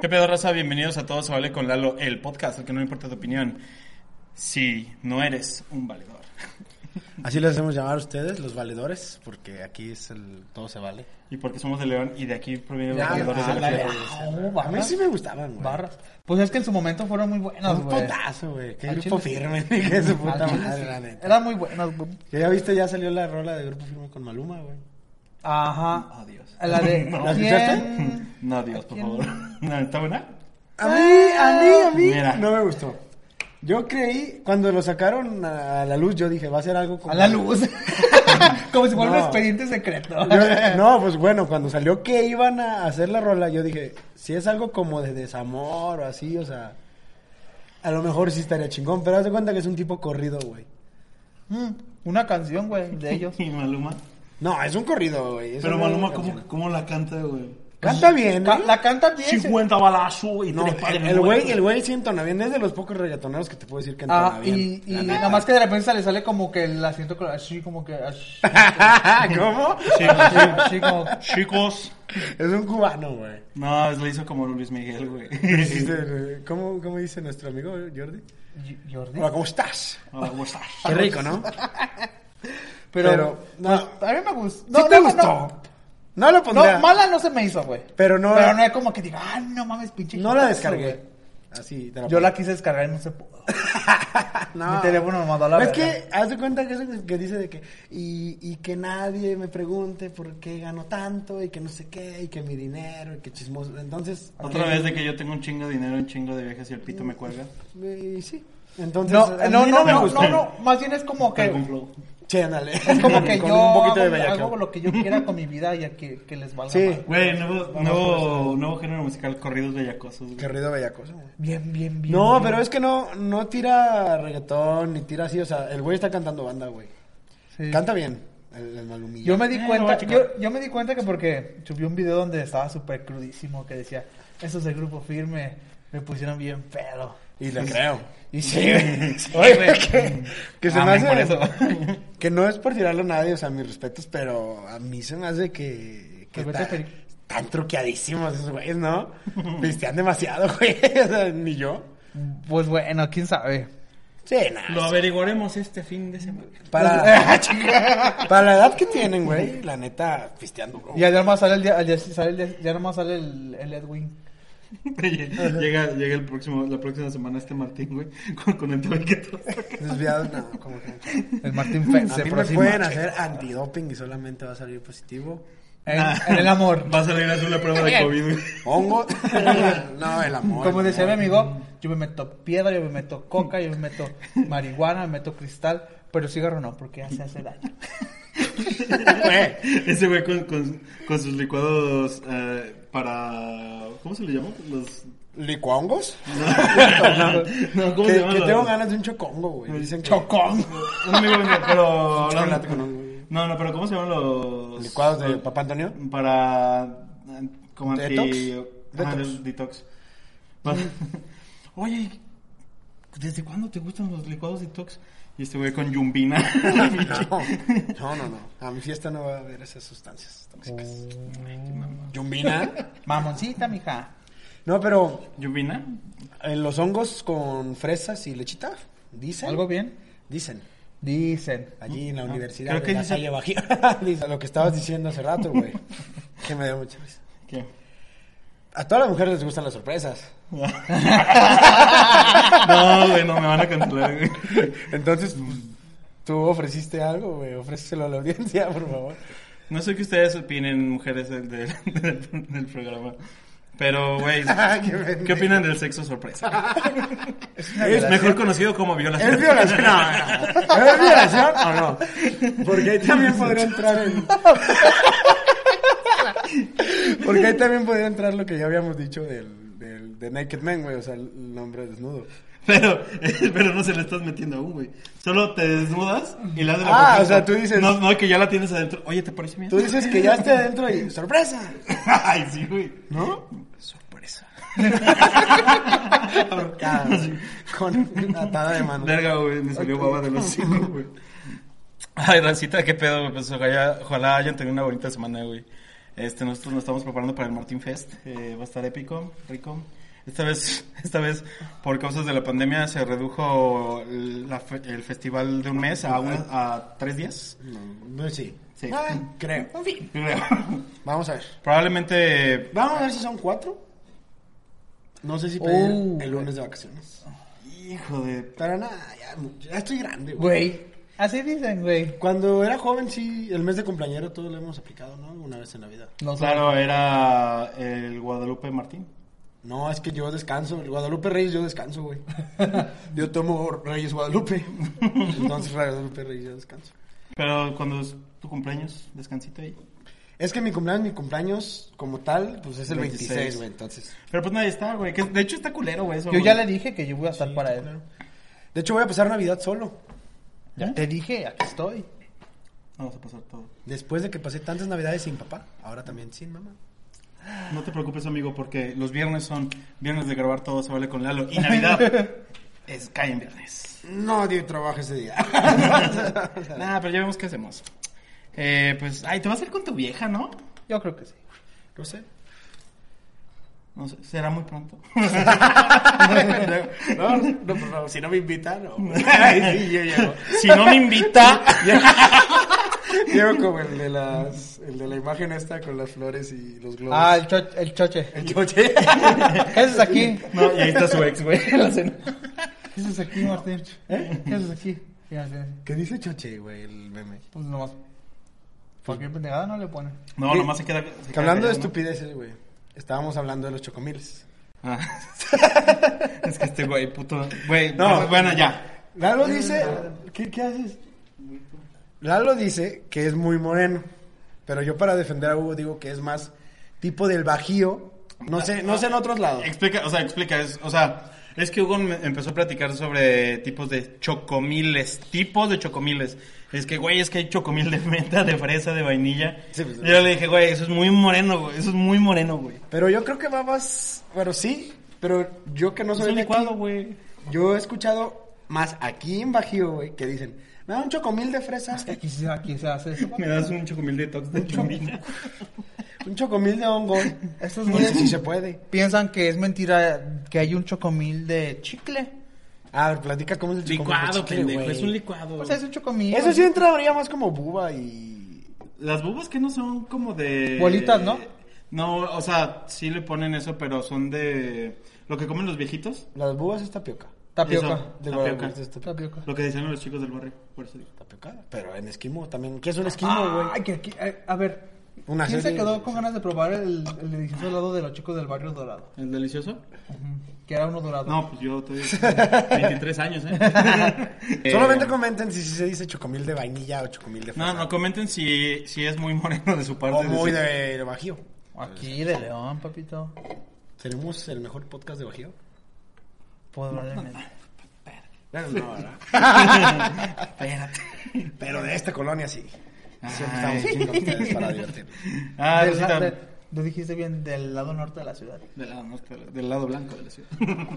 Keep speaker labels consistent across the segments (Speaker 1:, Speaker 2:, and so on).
Speaker 1: ¿Qué pedo, raza? Bienvenidos a todos a Vale con Lalo, el podcast, el que no me importa tu opinión. Si no eres un valedor.
Speaker 2: Así les hacemos llamar a ustedes, los valedores, porque aquí es el todo se vale.
Speaker 1: Y porque somos de León y de aquí provienen los
Speaker 2: Ya,
Speaker 1: valedores de
Speaker 2: ah,
Speaker 1: la
Speaker 2: dale,
Speaker 1: ciudad.
Speaker 2: ah, oh, A mí sí me gustaban, güey.
Speaker 3: Barras. Pues es que en su momento fueron muy buenas,
Speaker 2: Un
Speaker 3: güey.
Speaker 2: potazo, güey. Qué
Speaker 3: Al
Speaker 2: grupo
Speaker 3: chile.
Speaker 2: firme. Que su puta
Speaker 3: Al chile,
Speaker 2: madre,
Speaker 3: sí.
Speaker 2: la neta.
Speaker 3: Eran muy buenas, güey.
Speaker 2: Que Ya viste, ya salió la rola de grupo firme con Maluma, güey.
Speaker 3: Ajá.
Speaker 1: Oh, Dios.
Speaker 3: La de.
Speaker 1: No.
Speaker 2: ¿La escuchaste?
Speaker 3: ¿Quién?
Speaker 1: No, Dios, por
Speaker 3: ¿Quién?
Speaker 1: favor. No, ¿Está buena?
Speaker 2: A mí, a mí, a mí.
Speaker 1: Mira.
Speaker 2: No me gustó. Yo creí, cuando lo sacaron a la luz, yo dije, va a ser algo como.
Speaker 3: A la luz. Como si fuera un
Speaker 2: No.
Speaker 3: expediente secreto.
Speaker 2: Yo- no, pues bueno, cuando salió que iban a hacer la rola, yo dije, si es algo como de desamor o así, o sea, a lo mejor sí estaría chingón, pero haz de cuenta que es un tipo corrido, güey.
Speaker 3: Mm, Una canción, güey, de ellos.
Speaker 1: Y Maluma.
Speaker 2: No, es un corrido, güey. es
Speaker 1: Pero
Speaker 2: una
Speaker 1: Maluma,
Speaker 2: canción.
Speaker 1: ¿cómo, cómo la canta, güey?
Speaker 2: Canta bien,
Speaker 3: Pues, Ca-
Speaker 2: ¿eh?
Speaker 3: La canta bien. se-
Speaker 1: 50 balazos y
Speaker 2: No,
Speaker 1: tres padres
Speaker 2: el el güey,
Speaker 1: muertos.
Speaker 2: el güey sí entona bien, es de los pocos reggaetoneros que te puedo decir que entona
Speaker 3: Ah,
Speaker 2: bien.
Speaker 3: y, y nada más que de repente se le sale como que el asiento con- así, como que así,
Speaker 2: ¿Cómo?
Speaker 1: Sí,
Speaker 3: así,
Speaker 1: sí.
Speaker 3: así como
Speaker 1: Chicos.
Speaker 2: Es un cubano, güey.
Speaker 1: No, lo hizo como Luis Miguel, güey.
Speaker 2: Dice, ¿Cómo, ¿Cómo dice nuestro amigo Jordi?
Speaker 3: ¿Eh? "Y- Jordi.
Speaker 2: Hola, ¿cómo estás?
Speaker 1: Hola, ¿cómo estás?
Speaker 2: Qué rico, ¿no?
Speaker 3: Pero,
Speaker 2: pero,
Speaker 3: pues,
Speaker 2: no.
Speaker 3: a mí me gustó.
Speaker 2: ¿Sí te
Speaker 3: no,
Speaker 2: gustó?
Speaker 3: no.
Speaker 2: No lo
Speaker 3: No,
Speaker 2: pondría.
Speaker 3: mala no se me hizo, güey.
Speaker 2: Pero no-
Speaker 3: Pero no es como que diga, ah, no mames, pinche.
Speaker 2: No la
Speaker 3: hitazo,
Speaker 2: descargué.
Speaker 3: güey".
Speaker 2: Así, te
Speaker 3: Yo
Speaker 2: pongo.
Speaker 3: la quise descargar y no se pudo.
Speaker 2: No.
Speaker 3: Mi teléfono me mandó a la
Speaker 2: Es
Speaker 3: verga.
Speaker 2: que, haz de cuenta que eso que- que dice de que. Y, y que nadie me pregunte por qué gano tanto, y que no sé qué, y que mi dinero, y que chismoso. Entonces.
Speaker 1: Otra vez de que yo tengo un chingo de dinero, un chingo de viajes y el pito me cuelga.
Speaker 2: eh, sí. Entonces.
Speaker 3: No,
Speaker 2: pues,
Speaker 3: eh,
Speaker 2: a
Speaker 3: no,
Speaker 2: mí
Speaker 3: no,
Speaker 2: me
Speaker 3: no,
Speaker 2: gustó.
Speaker 3: no, no, más bien es como que.
Speaker 1: Algún flow.
Speaker 2: Sí, ándale.
Speaker 3: Es como que
Speaker 2: Con
Speaker 3: yo
Speaker 2: un poquito de
Speaker 3: hago,
Speaker 2: bellaqueo.
Speaker 3: hago lo que yo quiera con mi vida y a que, que les valga.
Speaker 2: Sí.
Speaker 3: madre.
Speaker 1: Güey, nuevo, nuevo, nuevo género musical, corridos bellacosos. güey.
Speaker 2: Qué ruido bellacoso, güey.
Speaker 3: Bien, bien, bien.
Speaker 2: No,
Speaker 3: bien.
Speaker 2: pero es que no, no tira reggaetón, ni tira así. O sea, el güey está cantando banda, güey.
Speaker 3: Sí.
Speaker 2: Canta bien. El, el malumillo.
Speaker 3: Yo me di
Speaker 1: Eh, lo voy
Speaker 3: cuenta,
Speaker 1: a checar.
Speaker 3: yo, yo me di cuenta que porque subí un video donde estaba súper crudísimo que decía, eso es el grupo firme, me pusieron bien pedo.
Speaker 2: Y le creo. Y sí, güey.
Speaker 1: Oye,
Speaker 2: que, que se me
Speaker 1: Amén
Speaker 2: hace.
Speaker 1: por eso.
Speaker 2: Que no es por tirarlo a nadie, o sea, mis respetos, pero a mí se me hace que. que
Speaker 3: Pues vete
Speaker 2: ta-
Speaker 3: a peri-
Speaker 2: están truqueadísimos esos güeyes, ¿no? Pistean demasiado, güey. O sea, ni yo.
Speaker 3: Pues bueno, quién sabe.
Speaker 2: Sí, nada.
Speaker 1: Lo averiguaremos este fin de semana.
Speaker 2: Para, para la edad que tienen, güey, la neta, pistean duro.
Speaker 3: Y además sale el día, al día- sale el día- ya nomás sale el, el Edwin.
Speaker 1: llega llega el próximo, la próxima semana este Martín, güey, con, con el tabiqueto.
Speaker 2: Desviados, no, como que.
Speaker 3: El Martín Fe.
Speaker 2: A mí me pueden hacer antidoping y solamente va a salir positivo.
Speaker 3: En, en el amor.
Speaker 1: Va a salir a hacer la prueba de COVID, güey.
Speaker 2: Hongo. No, el amor.
Speaker 3: Como
Speaker 2: el
Speaker 3: decía mi
Speaker 2: amor.
Speaker 3: amigo, yo me meto piedra, yo me meto coca, yo me meto marihuana, me meto cristal, pero cigarro no, porque hace hace daño.
Speaker 2: Güey.
Speaker 1: Ese güey con, con, con sus licuados eh, para... ¿Cómo se le llama? Los...
Speaker 2: ¿Licuongos?
Speaker 1: No, ¿cómo
Speaker 2: que,
Speaker 1: se llama?
Speaker 2: que
Speaker 1: Los-
Speaker 2: tengo ganas de un chocongo, güey. Dicen choco.
Speaker 3: Chocón.
Speaker 1: Un amigo mío, pero...
Speaker 2: Chocolate con hongo.
Speaker 1: No, no, pero ¿cómo se llaman los...
Speaker 2: ¿Licuados de Papá Antonio?
Speaker 1: para eh, como anti-
Speaker 2: ¿Detox? Mm.
Speaker 1: ajá,
Speaker 2: Detox.
Speaker 1: del detox. Va- Oye, ¿desde cuándo te gustan los licuados detox? Y este güey con yumbina.
Speaker 2: No, no, no. A mi fiesta no va a haber esas sustancias tóxicas.
Speaker 1: Mm.
Speaker 2: ¿Yumbina?
Speaker 3: Mamoncita, mija.
Speaker 2: No, pero
Speaker 1: ¿Yumbina?
Speaker 2: eh, los hongos con fresas y lechita, dicen.
Speaker 3: ¿Algo bien?
Speaker 2: Dicen.
Speaker 3: Dicen.
Speaker 2: Allí en la universidad.
Speaker 1: Ah, creo
Speaker 2: de
Speaker 1: que
Speaker 2: la
Speaker 1: dice-
Speaker 2: calle Bajío. Dice lo que estabas diciendo hace rato, güey. que me dio mucha risa.
Speaker 1: ¿Qué?
Speaker 2: A todas las mujeres les gustan las sorpresas.
Speaker 1: No, güey, no me van a cancelar. güey.
Speaker 2: Entonces, pues, tú ofreciste algo, güey. Ofréceselo a la audiencia, por favor.
Speaker 1: No sé qué ustedes opinen, mujeres, del, del- del programa. Pero, güey,
Speaker 2: Ah, Qué
Speaker 1: ¿qué,
Speaker 2: pendejo.
Speaker 1: opinan del sexo sorpresa?
Speaker 3: Es
Speaker 1: Es mejor conocido como violación.
Speaker 2: ¿Es violación? No, no, no. ¿Es violación o no? Porque ahí también podría entrar en... Porque ahí también podría entrar lo que ya habíamos dicho del, del de Naked Man, güey. O sea, el hombre desnudo.
Speaker 1: Pero, pero no se le estás metiendo aún, güey. Solo te desnudas y le das de la
Speaker 2: Ah,
Speaker 1: boquita.
Speaker 2: o sea, tú dices-
Speaker 1: No, no, que ya la tienes adentro. Oye, ¿te parece mía?
Speaker 2: Tú dices que ya está adentro y... ¡Sorpresa!
Speaker 1: Ay, sí, güey.
Speaker 2: ¿No?
Speaker 1: Sorpresa.
Speaker 2: Ya, Ah, con una atada de mano.
Speaker 1: Verga, güey, me salió baba de los cinco, güey. Ay, Rancita, qué pedo, güey. Pues ojalá, ojalá hayan tenido una bonita semana, güey. Este, nosotros nos estamos preparando para el Martín Fest. Eh, va a estar épico, rico. Esta vez, esta vez, por causas de la pandemia, se redujo la fe- el festival de un mes a, una- a tres días.
Speaker 2: No, no, sí.
Speaker 1: Sí.
Speaker 2: Ah, creo. En fin.
Speaker 1: Creo.
Speaker 2: Vamos a ver.
Speaker 1: Probablemente
Speaker 2: Vamos a ver si son cuatro. No sé si pedir
Speaker 3: Uh.
Speaker 2: el lunes de vacaciones.
Speaker 1: Hijo de...
Speaker 2: Pero nada, ya, ya estoy grande, güey.
Speaker 3: Güey. Así dicen, güey.
Speaker 2: Cuando era joven, sí, el mes de compañero todo lo hemos aplicado, ¿no? Una vez en la vida.
Speaker 3: No sé.
Speaker 1: Claro, era el Guadalupe Martín.
Speaker 2: No, es que yo descanso. El Guadalupe Reyes yo descanso, güey. Yo tomo Reyes Guadalupe. Entonces, Guadalupe Reyes yo descanso.
Speaker 1: Pero cuando es tu cumpleaños, descansita ahí.
Speaker 2: Es que mi cumpleaños, mi cumpleaños como tal, pues es el
Speaker 1: 26,
Speaker 2: 26, güey. Entonces,
Speaker 1: Pero pues nadie está, güey. que de hecho está culero, güey. eso,
Speaker 3: Yo
Speaker 1: güey.
Speaker 3: ya le dije que yo voy a estar para él.
Speaker 2: de hecho voy a pasar Navidad solo.
Speaker 1: ¿Ya?
Speaker 3: Te dije, aquí estoy.
Speaker 1: Vamos a pasar todo.
Speaker 2: Después de que pasé tantas Navidades sin papá, ahora también sin mamá.
Speaker 1: No te preocupes, amigo, porque los viernes son viernes de grabar todo se vale con Lalo. Y Navidad es cae en viernes.
Speaker 2: No, Dios, trabajo ese día.
Speaker 1: Nah, pero ya vemos qué hacemos. Eh, pues, ay, te vas a ir con tu vieja, ¿no?
Speaker 3: Yo creo que sí.
Speaker 2: No sé.
Speaker 1: No sé, será muy pronto.
Speaker 2: No, no, por favor, si no me invitan, no. Ay, sí, yo llego.
Speaker 1: si no me invita.
Speaker 2: Llego como el de, las, el de la imagen esta con las flores y los globos.
Speaker 3: Ah, el, cho- el choche.
Speaker 2: el choche.
Speaker 3: ¿Qué haces aquí?
Speaker 1: No, y ahí está su ex, güey, en la cena. ¿Eh?
Speaker 3: ¿Qué haces aquí, Martín? ¿Qué haces aquí? Sí, Martín.
Speaker 2: ¿Qué dice choche, güey, el meme?
Speaker 3: Pues nomás. Cualquier pendejada no le ponen.
Speaker 1: No, nomás se queda. se
Speaker 2: Que
Speaker 1: queda
Speaker 2: hablando de
Speaker 1: callado, ¿no?
Speaker 2: estupideces, güey. Estábamos hablando de los chocomiles.
Speaker 1: Ah. es que este güey, puto. Güey,
Speaker 2: No.
Speaker 1: bueno, ya.
Speaker 2: Lalo dice... ¿Qué, qué haces? Lalo dice que es muy moreno. Pero yo para defender a Hugo digo que es más tipo del bajío. No sé, no sé en otros lados.
Speaker 1: Explica, o sea, explica. Es, o sea, es que Hugo me empezó a platicar sobre tipos de chocomiles, tipos de chocomiles. Es que, güey, es que hay chocomil de menta, de fresa, de vainilla.
Speaker 2: Sí, pues,
Speaker 1: Y yo le dije, güey, eso es muy moreno, güey. Eso es muy moreno, güey.
Speaker 2: Pero yo creo que va más... Bueno, sí, pero yo que no
Speaker 1: Es
Speaker 2: soy
Speaker 1: un
Speaker 2: de aquí,
Speaker 1: licuado, güey.
Speaker 2: Yo he escuchado más aquí en Bajío, güey, que dicen, me da un chocomil de fresas,
Speaker 3: Aquí se, aquí se hace eso.
Speaker 1: Me das un chocomil de tox de chombina.
Speaker 2: un chocomil de hongo.
Speaker 3: Estos
Speaker 2: No sé si
Speaker 3: güeyes
Speaker 2: se puede.
Speaker 3: piensan que es mentira que hay un chocomil de chicle.
Speaker 2: A ver, platica cómo es el chocomil. de
Speaker 1: licuado,
Speaker 2: chicle,
Speaker 1: pendejo.
Speaker 2: güey.
Speaker 1: Es un licuado.
Speaker 3: O sea, es un chocomil.
Speaker 2: Eso sí entraría más como buba y...
Speaker 1: Las bubas que no son como de...
Speaker 3: Bolitas, ¿no?
Speaker 1: No, o sea, sí le ponen eso, pero son de... Lo que comen los viejitos.
Speaker 2: Las bubas es tapioca.
Speaker 3: Tapioca.
Speaker 2: De
Speaker 1: Tapioca.
Speaker 2: Guadalupe es tapioca.
Speaker 3: Tapioca.
Speaker 1: Lo que decían los chicos del barrio, por eso digo.
Speaker 2: Tapioca, Pero en esquimo también. ¿Qué es un esquimo, güey?
Speaker 3: Ay, que aquí, eh, a ver.
Speaker 2: Una
Speaker 3: ¿Quién se
Speaker 2: serie-
Speaker 3: quedó con ganas de probar el, el delicioso helado de los chicos del barrio dorado?
Speaker 1: ¿El delicioso?
Speaker 3: Que era uno dorado.
Speaker 1: No, pues yo todavía... 23 años, ¿eh? Eh,
Speaker 2: Solamente comenten si, sí se dice chocomil de vainilla o chocomil de fresa.
Speaker 1: No, no, comenten si, si es muy moreno de su parte.
Speaker 2: o muy
Speaker 1: decir-
Speaker 2: de, de Bajío.
Speaker 3: Aquí de León, papito.
Speaker 2: ¿Tenemos el mejor podcast de Bajío?
Speaker 3: Probablemente.
Speaker 2: No, no, ¿verdad?
Speaker 1: Espérate.
Speaker 2: Pero de esta colonia sí. Siempre
Speaker 1: Ay.
Speaker 2: estamos aquí con ustedes para divertirnos.
Speaker 1: Ah,
Speaker 3: Del la-
Speaker 1: Rosita.
Speaker 3: de- lo dijiste bien, del lado norte de la ciudad.
Speaker 1: Del lado, norte de la- del lado blanco de la ciudad.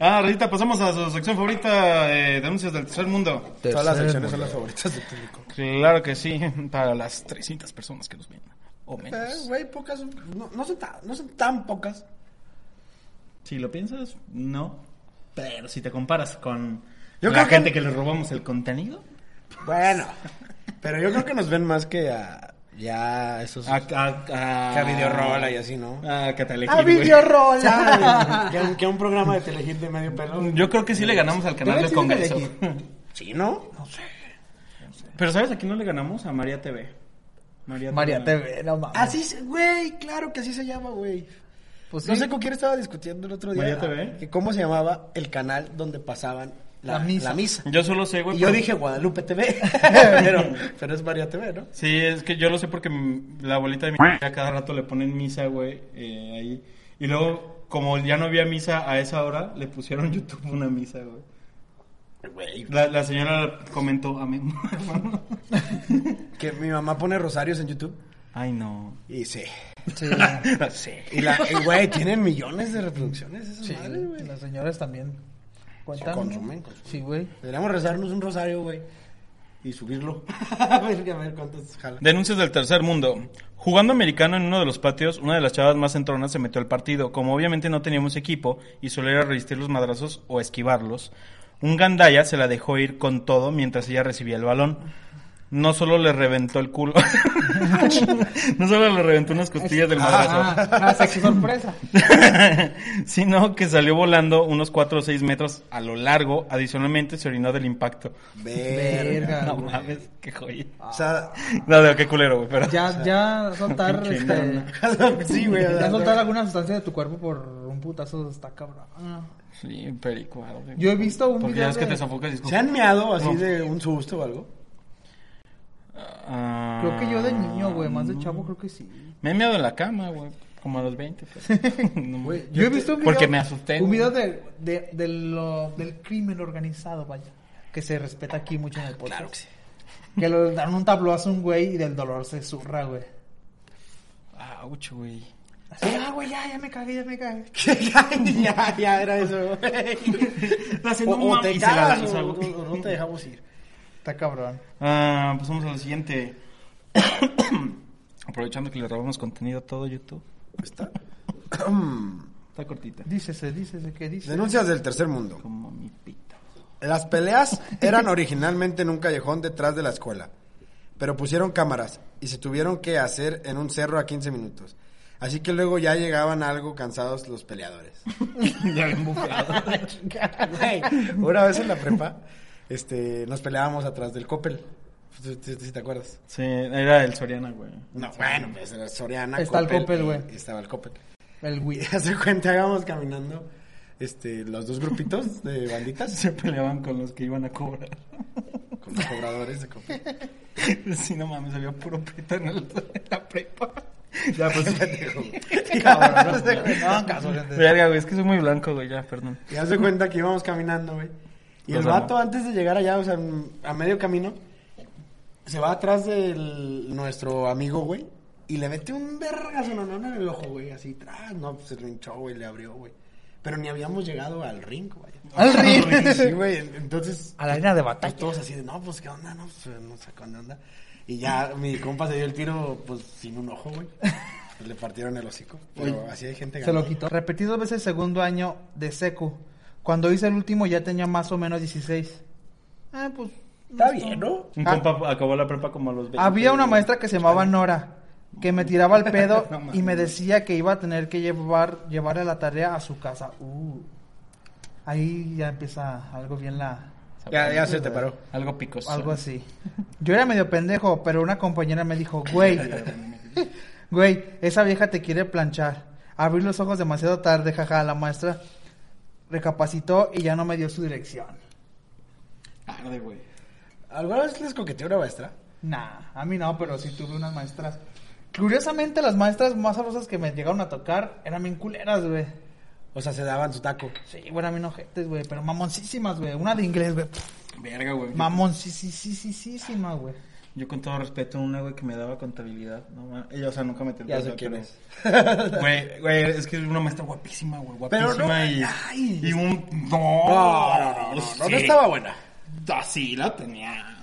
Speaker 1: ah, Rosita, pasamos a su sección favorita, eh, denuncias del tercer mundo.
Speaker 2: Todas las secciones son las favoritas del público.
Speaker 1: Claro que sí, para las 300 personas que nos ven, o menos.
Speaker 2: Eh, güey, pocas. No, no son tan, no son tan pocas.
Speaker 1: Si lo piensas, no. Pero si te comparas con
Speaker 2: Yo
Speaker 1: la
Speaker 2: creo que-
Speaker 1: gente que... le robamos el contenido,
Speaker 2: Bueno, pero yo creo que nos ven más que a. Ya, esos.
Speaker 1: a, a,
Speaker 2: que a Videorola y así, ¿no?
Speaker 1: A Catalejit,
Speaker 3: ¡A
Speaker 1: güey.
Speaker 3: videorola!
Speaker 2: que, a- que a un programa de Telehit de medio pelo.
Speaker 1: Yo creo que sí le ganamos al canal
Speaker 3: Yo
Speaker 1: del
Speaker 3: sí
Speaker 1: Congreso.
Speaker 3: Telehit.
Speaker 2: Sí, ¿no?
Speaker 1: Pero ¿sabes a quién no le ganamos? A María TV. María
Speaker 3: María TV, no mames.
Speaker 2: Ah, Así, se- güey, claro que así se llama, güey.
Speaker 3: Pues
Speaker 2: No
Speaker 3: sí.
Speaker 2: sé con quién estaba discutiendo el otro día.
Speaker 1: María TV.
Speaker 2: Que cómo se llamaba el canal donde pasaban la,
Speaker 3: La misa.
Speaker 2: la misa.
Speaker 1: Yo solo sé, güey.
Speaker 2: Y yo
Speaker 1: por-
Speaker 2: dije Guadalupe TV, pero, pero es María TV, ¿no?
Speaker 1: Sí, es que yo lo sé porque m- la abuelita de mi a cada rato le ponen misa, güey, eh, ahí. Y luego, como ya no había misa a esa hora, le pusieron YouTube una misa, güey. La, la señora comentó, amén.
Speaker 2: Que mi mamá pone rosarios en YouTube.
Speaker 1: Ay, no.
Speaker 2: Y sí.
Speaker 3: Sí,
Speaker 1: Sí.
Speaker 2: Y la, y, güey, tienen millones de reproducciones esas
Speaker 3: sí,
Speaker 2: madres, güey.
Speaker 3: Las señoras también. Cuentan.
Speaker 2: Sí, consumen, consumen.
Speaker 3: Sí, güey.
Speaker 2: Deberíamos rezarnos un rosario, güey. Y subirlo. a ver, a ver cuántos jala.
Speaker 1: Denuncias del tercer mundo. Jugando americano en uno de los patios, una de las chavas más entronas se metió al partido. Como obviamente no teníamos equipo y solía resistir los madrazos o esquivarlos, un gandaya se la dejó ir con todo mientras ella recibía el balón. No solo le reventó el culo, no solo le reventó unas costillas del madrazo,
Speaker 3: Ah, ah, sexy sorpresa.
Speaker 1: sino que salió volando unos 4 o 6 metros a lo largo. Adicionalmente se orinó del impacto.
Speaker 2: Verga.
Speaker 1: No
Speaker 3: güey.
Speaker 1: mames, qué joya.
Speaker 2: O sea,
Speaker 1: No, no, qué culero, güey, pero...
Speaker 3: Ya, ya soltar,
Speaker 1: Qué
Speaker 3: este,
Speaker 2: sí, güey. o sea,
Speaker 3: ya soltar alguna sustancia de tu cuerpo por un putazo está cabrón. Ah.
Speaker 1: Sí, perico. güey.
Speaker 3: Yo he visto un
Speaker 1: Porque
Speaker 3: video
Speaker 1: ya es que
Speaker 3: de-
Speaker 1: te sofocas y es como-
Speaker 2: ¿Se han meado así
Speaker 1: No.
Speaker 2: de un susto o algo?
Speaker 1: Ah, mm,
Speaker 3: Creo que yo de niño, güey, más de chavo creo que sí.
Speaker 1: Me he meado en la cama, güey. Como a los 20. pues. No,
Speaker 3: Güey,
Speaker 1: güey.
Speaker 3: yo he visto un video,
Speaker 1: Porque me asusté,
Speaker 3: Un
Speaker 1: güey.
Speaker 3: video de, de- de lo- del crimen organizado, vaya. Que se respeta aquí mucho en el podcast. Claro que sí. Que le dan un tabloazo a un güey y del dolor se zurra, güey.
Speaker 1: Auch, güey.
Speaker 3: Así, ah, güey, ya, ya me cagué, ya me cagué.
Speaker 2: ya, ya era eso, güey.
Speaker 1: haciendo
Speaker 2: O, o
Speaker 1: un
Speaker 2: te
Speaker 1: y se la
Speaker 2: cagas
Speaker 1: lanza,
Speaker 2: o,
Speaker 1: güey.
Speaker 2: o no te dejamos ir.
Speaker 3: Está cabrón.
Speaker 1: Ah, pasamos a lo siguiente. Aprovechando que le robamos contenido a todo YouTube. Está cortita.
Speaker 3: Dícese, dícese, ¿qué dice?
Speaker 2: Denuncias del tercer mundo.
Speaker 1: Como mi pita.
Speaker 2: Las peleas eran originalmente en un callejón detrás de la escuela, pero pusieron cámaras y se tuvieron que hacer en un cerro a 15 minutos. Así que luego ya llegaban algo cansados los peleadores.
Speaker 1: ya bien bufado.
Speaker 2: Güey, Una vez en la prepa, este, nos peleábamos atrás del Coppel. Si te acuerdas.
Speaker 1: Sí, era el Soriana, güey.
Speaker 2: No, bueno, pues era Soriana.
Speaker 3: Está el Coppel, güey.
Speaker 2: y Estaba el Coppel.
Speaker 3: El
Speaker 2: Y
Speaker 3: güey.
Speaker 2: hace cuenta, íbamos caminando este, los dos grupitos de banditas
Speaker 1: Se peleaban con los que iban a cobrar.
Speaker 2: con los cobradores de Coppel.
Speaker 1: Sí, no mames, había puro pita en, el- en la prepa.
Speaker 2: Ya, pues, pendejo.
Speaker 3: Cabrón, no, no hagan caso, gente.
Speaker 1: Verga, güey, es que soy muy blanco, güey, ya, perdón.
Speaker 2: Y haz de cuenta que íbamos caminando, güey.
Speaker 3: Pues
Speaker 2: Y el
Speaker 1: Los amo.
Speaker 2: vato, antes de llegar allá, o sea, en- a medio camino, se va atrás de nuestro amigo, güey. Y le mete un vergazo no, en el ojo, güey. Así, tras, no, pues se lo hinchó, güey, le abrió, güey. Pero ni habíamos llegado al ring, güey.
Speaker 3: Al ring.
Speaker 2: Sí, güey. Entonces,
Speaker 3: A la arena de
Speaker 2: pues,
Speaker 3: batalla.
Speaker 2: todos así de, no, pues, ¿qué onda? No, pues, no sacó de onda. Y ya mi compa se dio el tiro, pues, sin un ojo, güey. Le partieron el hocico. Pero así hay gente
Speaker 3: Se lo
Speaker 2: ganada.
Speaker 3: quitó. Repetí dos veces el segundo año de seco. Cuando hice el último ya tenía más o menos 16. Ah, pues. no
Speaker 2: Está bien, ¿no?
Speaker 1: Un
Speaker 3: Ah.
Speaker 1: compa acabó la prepa como a los 20.
Speaker 3: Había una maestra que se llamaba Nora, que me tiraba el pedo
Speaker 1: No mames.
Speaker 3: y me decía que iba a tener que llevar llevarle la tarea a su casa. Uh. Ahí ya empieza algo bien la
Speaker 2: Ya, ya se te paró.
Speaker 1: Algo picoso.
Speaker 3: algo así. Yo era medio pendejo, pero una compañera me dijo, "Güey, güey, esa vieja te quiere planchar." Abrí los ojos demasiado tarde, jaja, la maestra recapacitó y ya no me dio su dirección.
Speaker 1: Tarde, Ah, güey.
Speaker 2: ¿Alguna vez les coqueteó una maestra?
Speaker 3: Nah, a mí no, pero sí tuve unas maestras. Curiosamente, las maestras más sabrosas que me llegaron a tocar eran bien culeras, güey.
Speaker 2: O sea, se daban su taco.
Speaker 3: Sí, güey, eran bien ojetes, güey, pero mamoncísimas, güey. Una de inglés, güey.
Speaker 1: Verga, güey.
Speaker 3: Mamoncísima, güey.
Speaker 1: Yo con todo respeto, una, güey, que me daba contabilidad. No, ma- ella, o sea, nunca me tentó.
Speaker 2: Ya
Speaker 1: o
Speaker 2: sé
Speaker 1: sea,
Speaker 2: quién
Speaker 1: pero-
Speaker 2: es.
Speaker 1: Güey, güey, es que es una maestra guapísima, güey.
Speaker 2: Pero
Speaker 1: Guapísima
Speaker 2: no-
Speaker 1: y,
Speaker 2: ay.
Speaker 1: y un... No,
Speaker 2: No, no, no, no, no, no estaba buena.
Speaker 1: Así la tenía.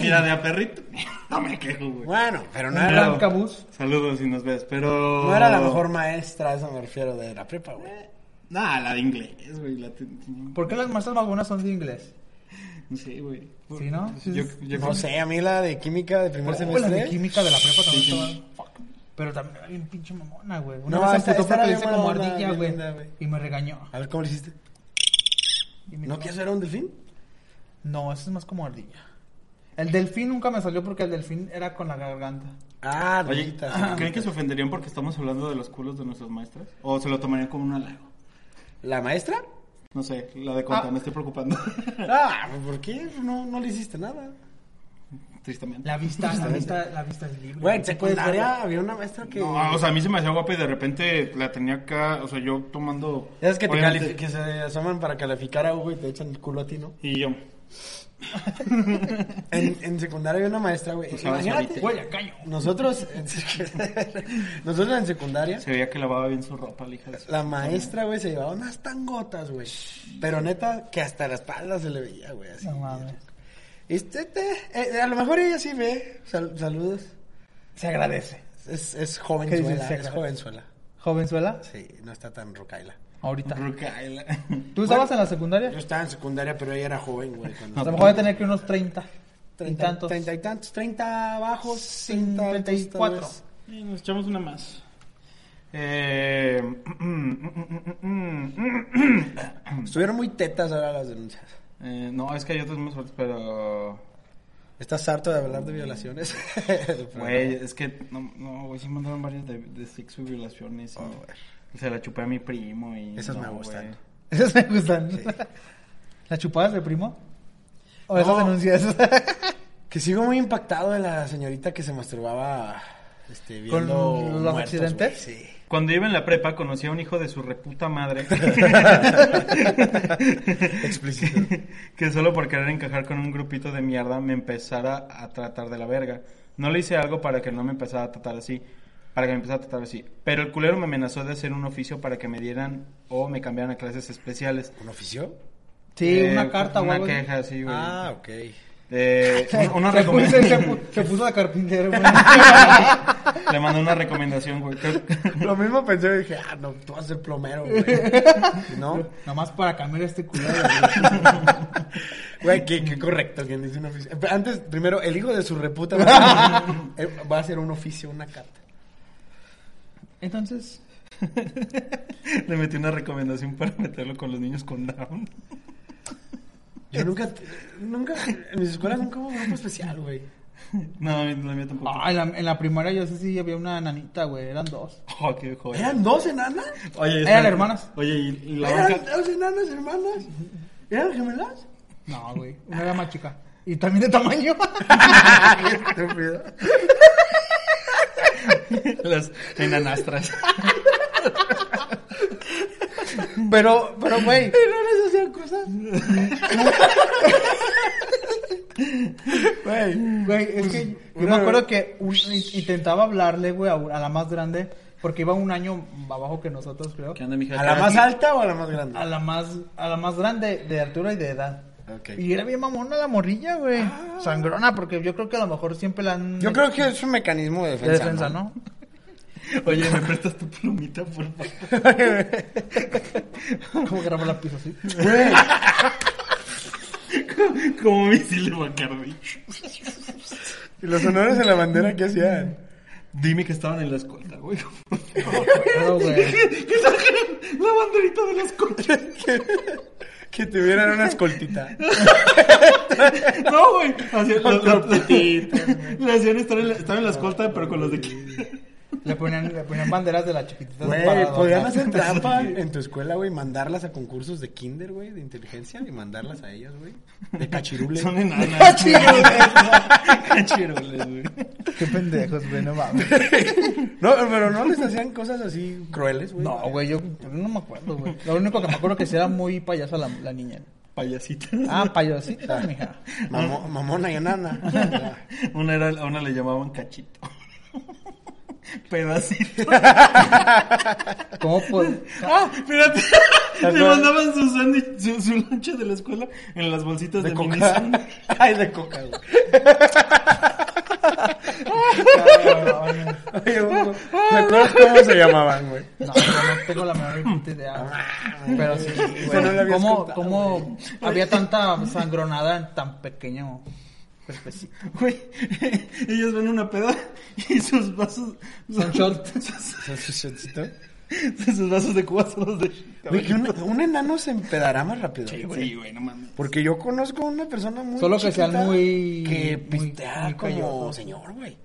Speaker 1: Mira, de a perrito. No me quejo, güey.
Speaker 2: Bueno, pero Ah, no
Speaker 3: Un
Speaker 2: era,
Speaker 3: gran cabuz.
Speaker 1: Saludos si nos ves, pero...
Speaker 2: no era la mejor maestra, a eso me refiero, de la prepa, güey.
Speaker 1: Nah, la de inglés, güey. La ten- tenía-
Speaker 3: ¿Por qué las maestras más buenas son de inglés?
Speaker 1: No sé, güey.
Speaker 3: ¿Sí, no?
Speaker 1: Yo, yo
Speaker 2: No sé, a mí la de química de primer
Speaker 3: Oh, la de
Speaker 2: semestre.
Speaker 3: química de la prepa también
Speaker 1: Sí, sí.
Speaker 3: estaba- fuck. Pero también era bien pinche mamona, güey. Una
Speaker 2: No,
Speaker 3: vez se
Speaker 2: esta-
Speaker 3: emputó
Speaker 2: esta
Speaker 3: porque
Speaker 2: era
Speaker 3: le hice
Speaker 2: bien
Speaker 3: como
Speaker 2: buena onda,
Speaker 3: ardilla,
Speaker 2: bien
Speaker 3: güey.
Speaker 2: linda, güey.
Speaker 3: Y me regañó.
Speaker 2: A ver, ¿cómo le hiciste?
Speaker 3: Y me
Speaker 2: ¿No
Speaker 3: dijo,
Speaker 2: quieres ser un delfín?
Speaker 3: No, eso es más como ardilla. El delfín nunca me salió porque el delfín era con la garganta.
Speaker 2: Ah,
Speaker 1: Oye,
Speaker 2: rolitas.
Speaker 1: ¿creen que se ofenderían porque estamos hablando de los culos de nuestras maestras? ¿O se lo tomarían como un halago?
Speaker 2: ¿La maestra?
Speaker 1: No sé, la de Conta,
Speaker 3: Ah.
Speaker 1: me estoy preocupando.
Speaker 2: Ah, ¿por qué? No, no le hiciste nada.
Speaker 1: Tristemente.
Speaker 3: La vista, la vista, la vista es libre.
Speaker 2: Güey, en secundaria había una maestra que...
Speaker 1: No, o sea, a mí se me hacía guapa y de repente la tenía acá, o sea, yo tomando...
Speaker 2: Ya es que, te
Speaker 1: obviamente,
Speaker 2: califi- que se asoman para calificar a Hugo y te echan el culo a ti, ¿no?
Speaker 1: Y yo,
Speaker 2: En, en secundaria había una maestra, güey.
Speaker 1: Usaba suavite.
Speaker 2: Imagínate, güey,
Speaker 1: Güey,
Speaker 2: caño. Nosotros en, secundaria- nosotros en secundaria,
Speaker 1: se veía que lavaba bien su ropa, la hija de su-
Speaker 2: la maestra, güey, se llevaba unas tangotas, güey. Pero neta, que hasta la espalda se le veía, güey, así.
Speaker 3: No mames.
Speaker 2: Este, este, eh, a lo mejor ella sí ve. Sal- saludos.
Speaker 3: Se agradece.
Speaker 2: Es, es jovenzuela,
Speaker 3: dices?
Speaker 2: es jovenzuela.
Speaker 3: ¿Jovenzuela?
Speaker 2: Sí, no está tan rocaila.
Speaker 3: Ahorita.
Speaker 1: Rucaila.
Speaker 3: ¿Tú estabas en la secundaria?
Speaker 2: Yo estaba en secundaria, pero ella era joven, güey.
Speaker 3: A
Speaker 2: Cuando
Speaker 3: lo mejor voy a tener que unos 30. y
Speaker 2: treinta
Speaker 3: tantos.
Speaker 2: treinta y tantos, treinta bajos,
Speaker 3: Cincuenta y cuatro.
Speaker 1: Y nos echamos una más. Eh,
Speaker 2: Estuvieron muy tetas ahora las denuncias.
Speaker 1: eh, no, es que hay otras más fuertes, pero...
Speaker 2: ¿Estás harto de hablar de violaciones?
Speaker 1: Güey, es que, no, no, güey, sí mandaron varias de, de sexo y violaciones. y se la chupé a mi primo y...
Speaker 2: Esas me
Speaker 1: no,
Speaker 2: gustan.
Speaker 1: güey.
Speaker 3: Esas me gustan. ¿Las chupadas de primo? ¿O esas
Speaker 2: No.
Speaker 3: denuncias?
Speaker 2: Que sigo muy impactado de la señorita que se masturbaba este,
Speaker 3: ¿Con
Speaker 2: viendo
Speaker 3: los
Speaker 2: muertos,
Speaker 3: accidentes?
Speaker 2: güey, Sí.
Speaker 1: Cuando iba en la prepa conocí a un hijo de su reputa madre.
Speaker 2: Explícito.
Speaker 1: que solo por querer encajar con un grupito de mierda me empezara a tratar de la verga. No le hice algo para que no me empezara a tratar así. Para que me empezara a tratar así. Pero el culero me amenazó de hacer un oficio para que me dieran o me cambiaran a clases especiales.
Speaker 2: ¿Un oficio?
Speaker 3: Sí,
Speaker 1: Eh,
Speaker 3: una carta o
Speaker 1: Una
Speaker 3: algo así.
Speaker 1: queja, sí, güey.
Speaker 2: Ah, ok.
Speaker 1: Eh, una- una
Speaker 3: se, puso, se,
Speaker 1: recomendación.
Speaker 3: pu- se puso de carpintero, güey.
Speaker 1: Le mandó una recomendación, güey. Creo-
Speaker 2: Lo mismo pensé y dije, ah, no, tú vas a ser plomero, güey. ¿No?
Speaker 3: Nomás para cambiar este culero.
Speaker 2: Güey, qué, qué correcto quien dice un oficio. Eh, pero Antes, primero, el hijo de su reputa va a ser, eh, va a ser un oficio, una carta.
Speaker 3: Entonces,
Speaker 1: Le metí una recomendación para meterlo con los niños con Down.
Speaker 2: Yo nunca, nunca, en mis escuelas nunca hubo grupo especial, güey.
Speaker 1: No, la mía tampoco.
Speaker 3: ah, en, la, en la primaria yo sé si había una nanita, güey. Eran dos.
Speaker 1: Oh, qué joder.
Speaker 2: ¿Eran dos enanas?
Speaker 1: Oye,
Speaker 3: Eran hermanas.
Speaker 1: Oye, y la
Speaker 2: ¿Eran
Speaker 1: banca.
Speaker 2: dos enanas hermanas? ¿Eran gemelas?
Speaker 3: No, güey. Una era más chica. Y también de tamaño.
Speaker 2: Qué estúpido.
Speaker 1: Las enanastras.
Speaker 3: pero, pero, güey.
Speaker 2: ¿Enanas hacían cosas?
Speaker 3: Güey, es
Speaker 2: Pues,
Speaker 3: que yo me acuerdo que un- in- intentaba hablarle, güey, a, a la más grande, porque iba un año abajo que nosotros, creo.
Speaker 1: ¿Qué onda, mija?
Speaker 2: ¿A la más alta o a la más grande?
Speaker 3: A la más, a la más grande de altura y de edad.
Speaker 2: Ok.
Speaker 3: Y era bien mamona la morrilla, güey. Sangrona, porque yo creo que a lo mejor siempre la han...
Speaker 2: Yo creo que es un mecanismo de
Speaker 3: de
Speaker 2: defensa,
Speaker 3: defensa, ¿no?
Speaker 1: Oye, ¿me prestas tu plumita, por favor?
Speaker 3: Como que grabó la piso así.
Speaker 2: Güey,
Speaker 1: Como misil de Bacardi.
Speaker 2: ¿y los honores en la bandera qué hacían?
Speaker 1: Dime que estaban en la escolta, güey.
Speaker 3: Pero, güey,
Speaker 1: Que sacaron la banderita de la escolta.
Speaker 2: Que tuvieran una escoltita.
Speaker 1: No, güey. Hacían-
Speaker 2: Con
Speaker 1: lo- lo-
Speaker 2: trompetitas,
Speaker 1: Le hacían estar en la, estaba en la escolta, pero con los de aquí.
Speaker 3: le ponían, le ponían banderas de las chiquititas. para
Speaker 2: Güey,
Speaker 3: adornar.
Speaker 2: podían hacer trampa en tu escuela, güey, mandarlas a concursos de kinder, güey, de inteligencia y mandarlas a ellas, güey, de cachirule.
Speaker 1: Son enanas. Cachiroles, güey.
Speaker 3: Qué pendejos, güey, no mames.
Speaker 2: No, pero no les hacían cosas así crueles, güey.
Speaker 3: No, güey, yo yo no me acuerdo, güey. Lo único que me acuerdo que sí era muy payasa la, la niña.
Speaker 1: Payasitas.
Speaker 3: Ah, payasita, mija.
Speaker 2: Mamo- mamona y enana.
Speaker 1: Una era, a una le llamaban cachito. Pedacito.
Speaker 3: ¿Cómo pues?
Speaker 1: Ah, espérate. Le
Speaker 2: acuerdas?
Speaker 1: mandaban su sándwich, su, su lonche de la escuela en las bolsitas de,
Speaker 2: De
Speaker 1: mini
Speaker 2: coca.
Speaker 1: sándwich.
Speaker 2: Ay, de coca, güey. Oye, Hugo, ¿te acuerdas cómo se llamaban, güey?
Speaker 3: No, yo no tengo la menor puta idea. Pero sí,
Speaker 2: Eso no lo
Speaker 3: güey.
Speaker 2: habías
Speaker 3: ¿Cómo,
Speaker 2: contado,
Speaker 3: cómo había tanta sangronada en tan pequeño cuerpecito?
Speaker 1: Güey, ellos ven una peda y sus vasos
Speaker 3: Son short.
Speaker 2: ¿Su shotcito?
Speaker 1: Sus vasos de cuba son los de.
Speaker 2: Güey, que un, un enano se empedará más rápido.
Speaker 1: Sí, güey, güey, no mames.
Speaker 2: Porque yo conozco a una persona muy.
Speaker 3: Solo que sean
Speaker 2: chiquita
Speaker 3: muy-
Speaker 2: Que
Speaker 3: muy-
Speaker 2: pistea
Speaker 3: muy
Speaker 2: como
Speaker 3: callojos.
Speaker 2: señor, güey.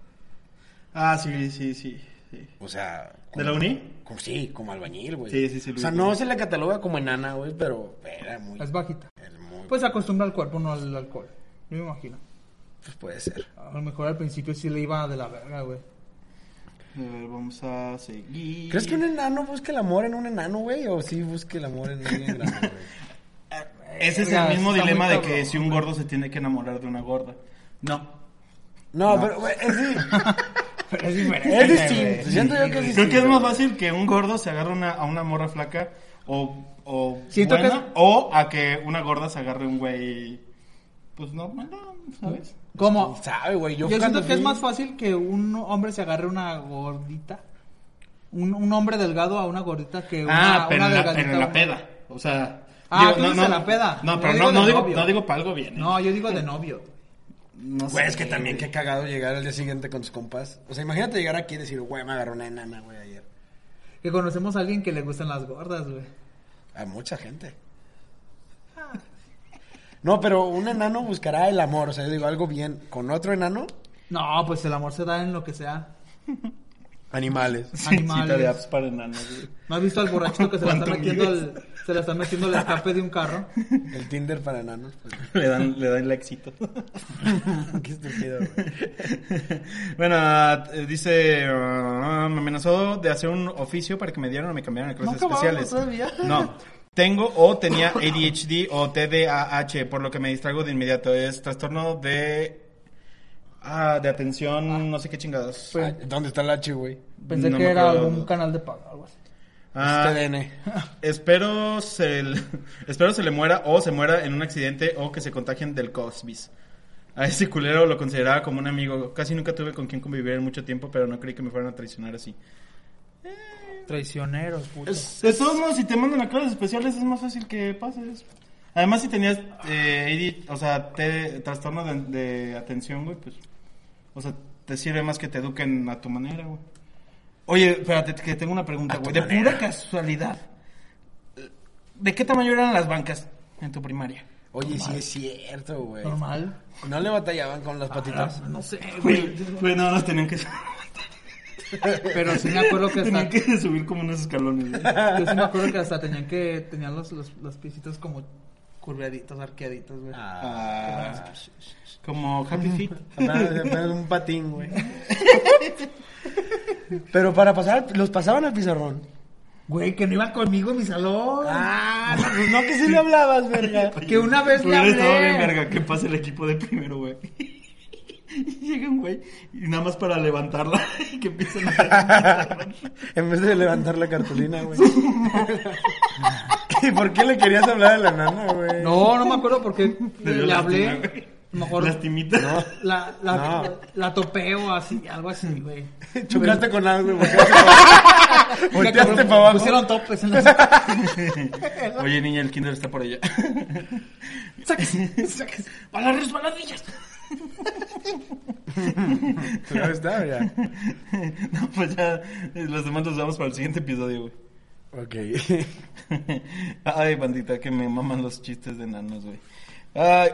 Speaker 1: Ah, sí, sí, sí. sí.
Speaker 2: O sea.
Speaker 1: ¿De
Speaker 2: como-
Speaker 1: la uni?
Speaker 2: como- sí, como albañil, güey.
Speaker 1: Sí, sí, sí, lo
Speaker 2: O sea,
Speaker 1: ubico.
Speaker 2: no se le cataloga como enana, güey, pero era muy.
Speaker 3: Es bajita.
Speaker 2: era muy-
Speaker 3: Pues se acostumbra al cuerpo, no al alcohol. Yo me imagino.
Speaker 2: pues puede ser.
Speaker 3: A lo mejor al principio sí le iba de la verga, güey.
Speaker 1: A ver, vamos a seguir.
Speaker 2: ¿Crees que un enano busque el amor en un enano, güey? ¿O sí busque el amor en alguien grande, güey?
Speaker 1: Ese es el
Speaker 3: Verga,
Speaker 1: mismo
Speaker 3: está
Speaker 1: dilema
Speaker 3: muy
Speaker 1: de que
Speaker 3: cabrón.
Speaker 1: si un gordo se tiene que enamorar de una gorda. No.
Speaker 2: No, pero, güey, es, di-
Speaker 3: Pero es diferente.
Speaker 2: es distinto.
Speaker 3: güey.
Speaker 2: Siento yo que es
Speaker 1: Creo que
Speaker 2: distinto.
Speaker 1: es más fácil que un gordo se agarre una- a una morra flaca o, o
Speaker 3: Siento que
Speaker 1: buena,
Speaker 3: es-
Speaker 1: o a que una gorda se agarre un güey pues normal, ¿sabes?
Speaker 3: ¿Cómo?
Speaker 2: Sabe, güey. Yo,
Speaker 3: Yo siento
Speaker 2: cuando
Speaker 3: que es
Speaker 2: fui-
Speaker 3: más fácil que un hombre se agarre una gordita. Un, un hombre delgado a una gordita que una,
Speaker 1: ah, pero,
Speaker 3: una
Speaker 1: en la,
Speaker 3: delgadita
Speaker 1: pero en
Speaker 3: a
Speaker 1: la
Speaker 3: una-
Speaker 1: peda, o sea...
Speaker 3: Ah, tú dices en la peda.
Speaker 1: No,
Speaker 3: Yo
Speaker 1: pero
Speaker 3: digo
Speaker 1: no, no,
Speaker 3: de
Speaker 1: digo,
Speaker 3: novio.
Speaker 1: no digo para algo bien. ¿eh?
Speaker 3: No, yo digo de novio.
Speaker 1: No
Speaker 2: Güey,
Speaker 1: sé.
Speaker 2: es que también qué cagado llegar al día siguiente con tus compas. O sea, imagínate llegar aquí y decir, güey, me agarró una enana, güey, ayer.
Speaker 3: Que conocemos a alguien que le gustan las gordas, güey.
Speaker 2: A mucha gente. No, pero un enano buscará el amor, o sea, yo digo algo bien. Con otro enano,
Speaker 3: No, pues el amor se da en lo que sea.
Speaker 2: animales.
Speaker 1: Cita de
Speaker 3: Animales.
Speaker 1: apps para enanos, güey.
Speaker 3: ¿No has visto al borrachito que se le está
Speaker 1: ¿Cuánto
Speaker 3: metiendo
Speaker 1: mides?
Speaker 3: el, se le está metiendo el escape de un carro?
Speaker 2: El Tinder para enanos. Pues,
Speaker 1: Le dan, le dan éxito.
Speaker 2: qué estúpido, güey.
Speaker 1: bueno, eh, dice, ah, me amenazó de hacer un oficio para que me dieran o me cambiaran a clases
Speaker 3: No acabamos
Speaker 1: Pues especiales.
Speaker 3: todavía.
Speaker 1: No, tengo o tenía ADHD o TDAH, por lo que me distraigo de inmediato. Es trastorno de... Ah, de atención, no sé qué chingados.
Speaker 3: Pues,
Speaker 2: Ah, ¿Dónde está el H, güey?
Speaker 3: pensé
Speaker 1: no
Speaker 3: que
Speaker 1: me
Speaker 3: era
Speaker 1: acuerdo.
Speaker 3: algún canal de pago algo así.
Speaker 1: Ah,
Speaker 2: Es TDN.
Speaker 1: espero, se le, espero se le muera o se muera en un accidente o que se contagien del Cosbis. A ese culero lo consideraba como un amigo. Casi nunca tuve con quien convivir en mucho tiempo, pero no creí que me fueran a traicionar así.
Speaker 3: Traicioneros, puto.
Speaker 1: Pues, De todos modos, si te mandan a clases especiales es más fácil que pases. Además, si tenías, eh, AD, o sea, te- trastorno de, de atención, güey, pues, o sea, te sirve más que te eduquen a tu manera, güey. Oye, espérate, que tengo una pregunta,
Speaker 2: A tu
Speaker 1: güey. De
Speaker 2: manera.
Speaker 1: pura casualidad, ¿de qué tamaño eran las bancas en tu primaria?
Speaker 2: Oye, sí es cierto, güey.
Speaker 3: Normal. Pues,
Speaker 2: ¿No le batallaban con las patitas?
Speaker 3: No sé,
Speaker 1: Güey,
Speaker 3: güey.
Speaker 1: güey, no, las tenían que,
Speaker 3: Pero sí me acuerdo que hasta
Speaker 1: tenían que subir como unos escalones, güey.
Speaker 3: Yo sí me acuerdo que hasta tenían que tenían los, los, los piecitos como curveaditos, arqueaditos, güey.
Speaker 1: Ah, como Happy Feet.
Speaker 2: Apenas- apenas un patín, güey. Pero para pasar, los pasaban al pizarrón.
Speaker 3: Güey, que no iba conmigo en mi salón.
Speaker 2: Ah, no, pues no que sí le hablabas, verga.
Speaker 3: que una vez le
Speaker 1: Hubiera estado pues, bien
Speaker 3: hablé.
Speaker 1: verga que pase el equipo de primero, güey. Y llega un güey, y nada más para levantarla, y que empiecen a...
Speaker 2: en vez de levantar la cartulina, güey. ¿Y por qué le querías hablar a la nana, güey?
Speaker 3: No, no me acuerdo por qué
Speaker 1: Te dio
Speaker 3: le hablé.
Speaker 1: lástima, güey.
Speaker 3: A lo mejor
Speaker 1: Lastimita.
Speaker 3: la, la,
Speaker 2: No.
Speaker 3: la topeo así, algo así, güey.
Speaker 2: Chocaste con algo, güey. Volteaste pa- Volteaste para abajo.
Speaker 3: Pusieron topes en la
Speaker 1: Oye, niña, el kinder está por allá.
Speaker 3: Sáquese, sáquese. Baladillas, baladillas.
Speaker 2: Pero Pues ahí está, ya.
Speaker 1: No, pues ya, eh, los demás los vamos para el siguiente episodio, güey.
Speaker 2: Ok.
Speaker 1: Ay, bandita, que me maman los chistes de nanos, güey. Ay.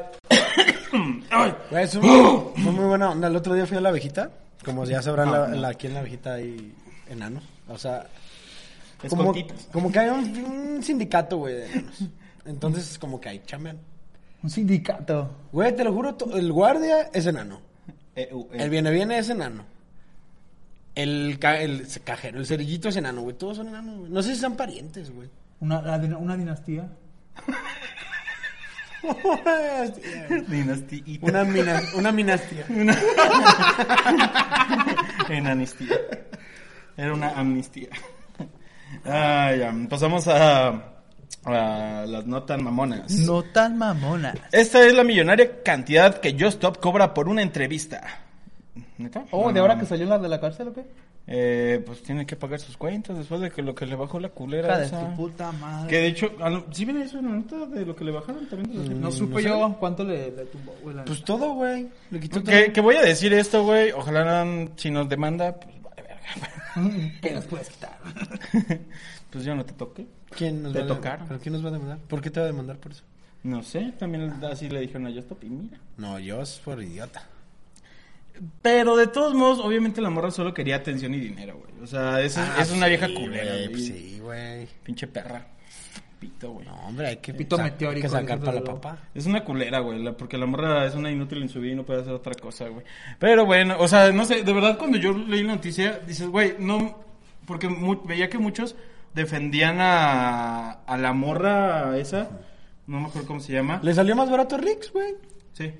Speaker 1: Ay.
Speaker 2: Güey, es un- Ah. fue muy buena onda. El otro día fui a la abejita. Como ya sabrán, la- la- aquí en la abejita hay enanos. O sea, como,
Speaker 1: Escoltitas.
Speaker 2: como que hay un, un sindicato, güey, de enanos. Entonces, como que ahí chambean.
Speaker 3: Un sindicato.
Speaker 2: Güey, te lo juro, to- el guardia es enano.
Speaker 1: Eh, uh, eh.
Speaker 2: El viene viene es enano. El, ca- el c- cajero, el cerillito es enano, güey. Todos son enanos, güey. No sé si son parientes, güey.
Speaker 3: Una, la dina- una dinastía.
Speaker 1: Dinastía.
Speaker 2: una mina, una minastía.
Speaker 1: En amnistía. Era una amnistía. Ay, ya. Pasamos a, a las no tan mamonas.
Speaker 3: No tan mamona.
Speaker 1: Esta es la millonaria cantidad que Justop cobra por una entrevista. ¿Neta?
Speaker 3: Oh, ¿de
Speaker 1: No,
Speaker 3: ahora
Speaker 1: no.
Speaker 3: que salió la de la cárcel o qué?
Speaker 1: Eh, pues tiene que pagar sus cuentas después de que lo que le bajó la culera.
Speaker 3: Hija de
Speaker 1: esa.
Speaker 3: tu puta madre.
Speaker 1: Que de hecho, ah, no, ¿sí viene eso en la nota de lo que le bajaron también? de los-
Speaker 3: Mm, No supe yo cuánto le, le tumbó, güey. la
Speaker 2: Pues
Speaker 3: neta.
Speaker 2: todo, güey. Le quitó todo.
Speaker 1: Que, que voy a decir esto, güey. Ojalá no- si nos demanda, pues vale verga.
Speaker 3: mm,
Speaker 2: ¿Qué nos puedes quitar?
Speaker 1: Pues yo no te toqué.
Speaker 2: ¿Quién nos
Speaker 1: Te
Speaker 2: va a demandar?
Speaker 1: tocaron.
Speaker 2: ¿Pero quién nos va a demandar? ¿Por qué te va a demandar por eso?
Speaker 1: No sé, también así le dijeron a Yostop y mira.
Speaker 2: No, yo es por idiota.
Speaker 1: Pero de todos modos, obviamente la morra solo quería atención y dinero, güey. O sea, es, es una vieja culera,
Speaker 2: Ah, güey.
Speaker 1: Ah, güey.
Speaker 2: pues Sí, güey.
Speaker 1: Pinche perra. Pito, güey.
Speaker 2: No, hombre, hay que,
Speaker 3: Pito
Speaker 2: sa-
Speaker 3: meteórico,
Speaker 2: hay que sacar
Speaker 3: dices,
Speaker 2: para la
Speaker 3: luego.
Speaker 2: papá.
Speaker 1: Es una culera, güey, la- porque la morra es una inútil en su vida y no puede hacer otra cosa, güey. Pero bueno, o sea, no sé, de verdad cuando yo leí la noticia, dices, güey, no, porque mu- veía que muchos defendían a, a la morra esa, no me acuerdo cómo se llama.
Speaker 2: ¿Le salió más barato a Rix, güey?
Speaker 1: Sí.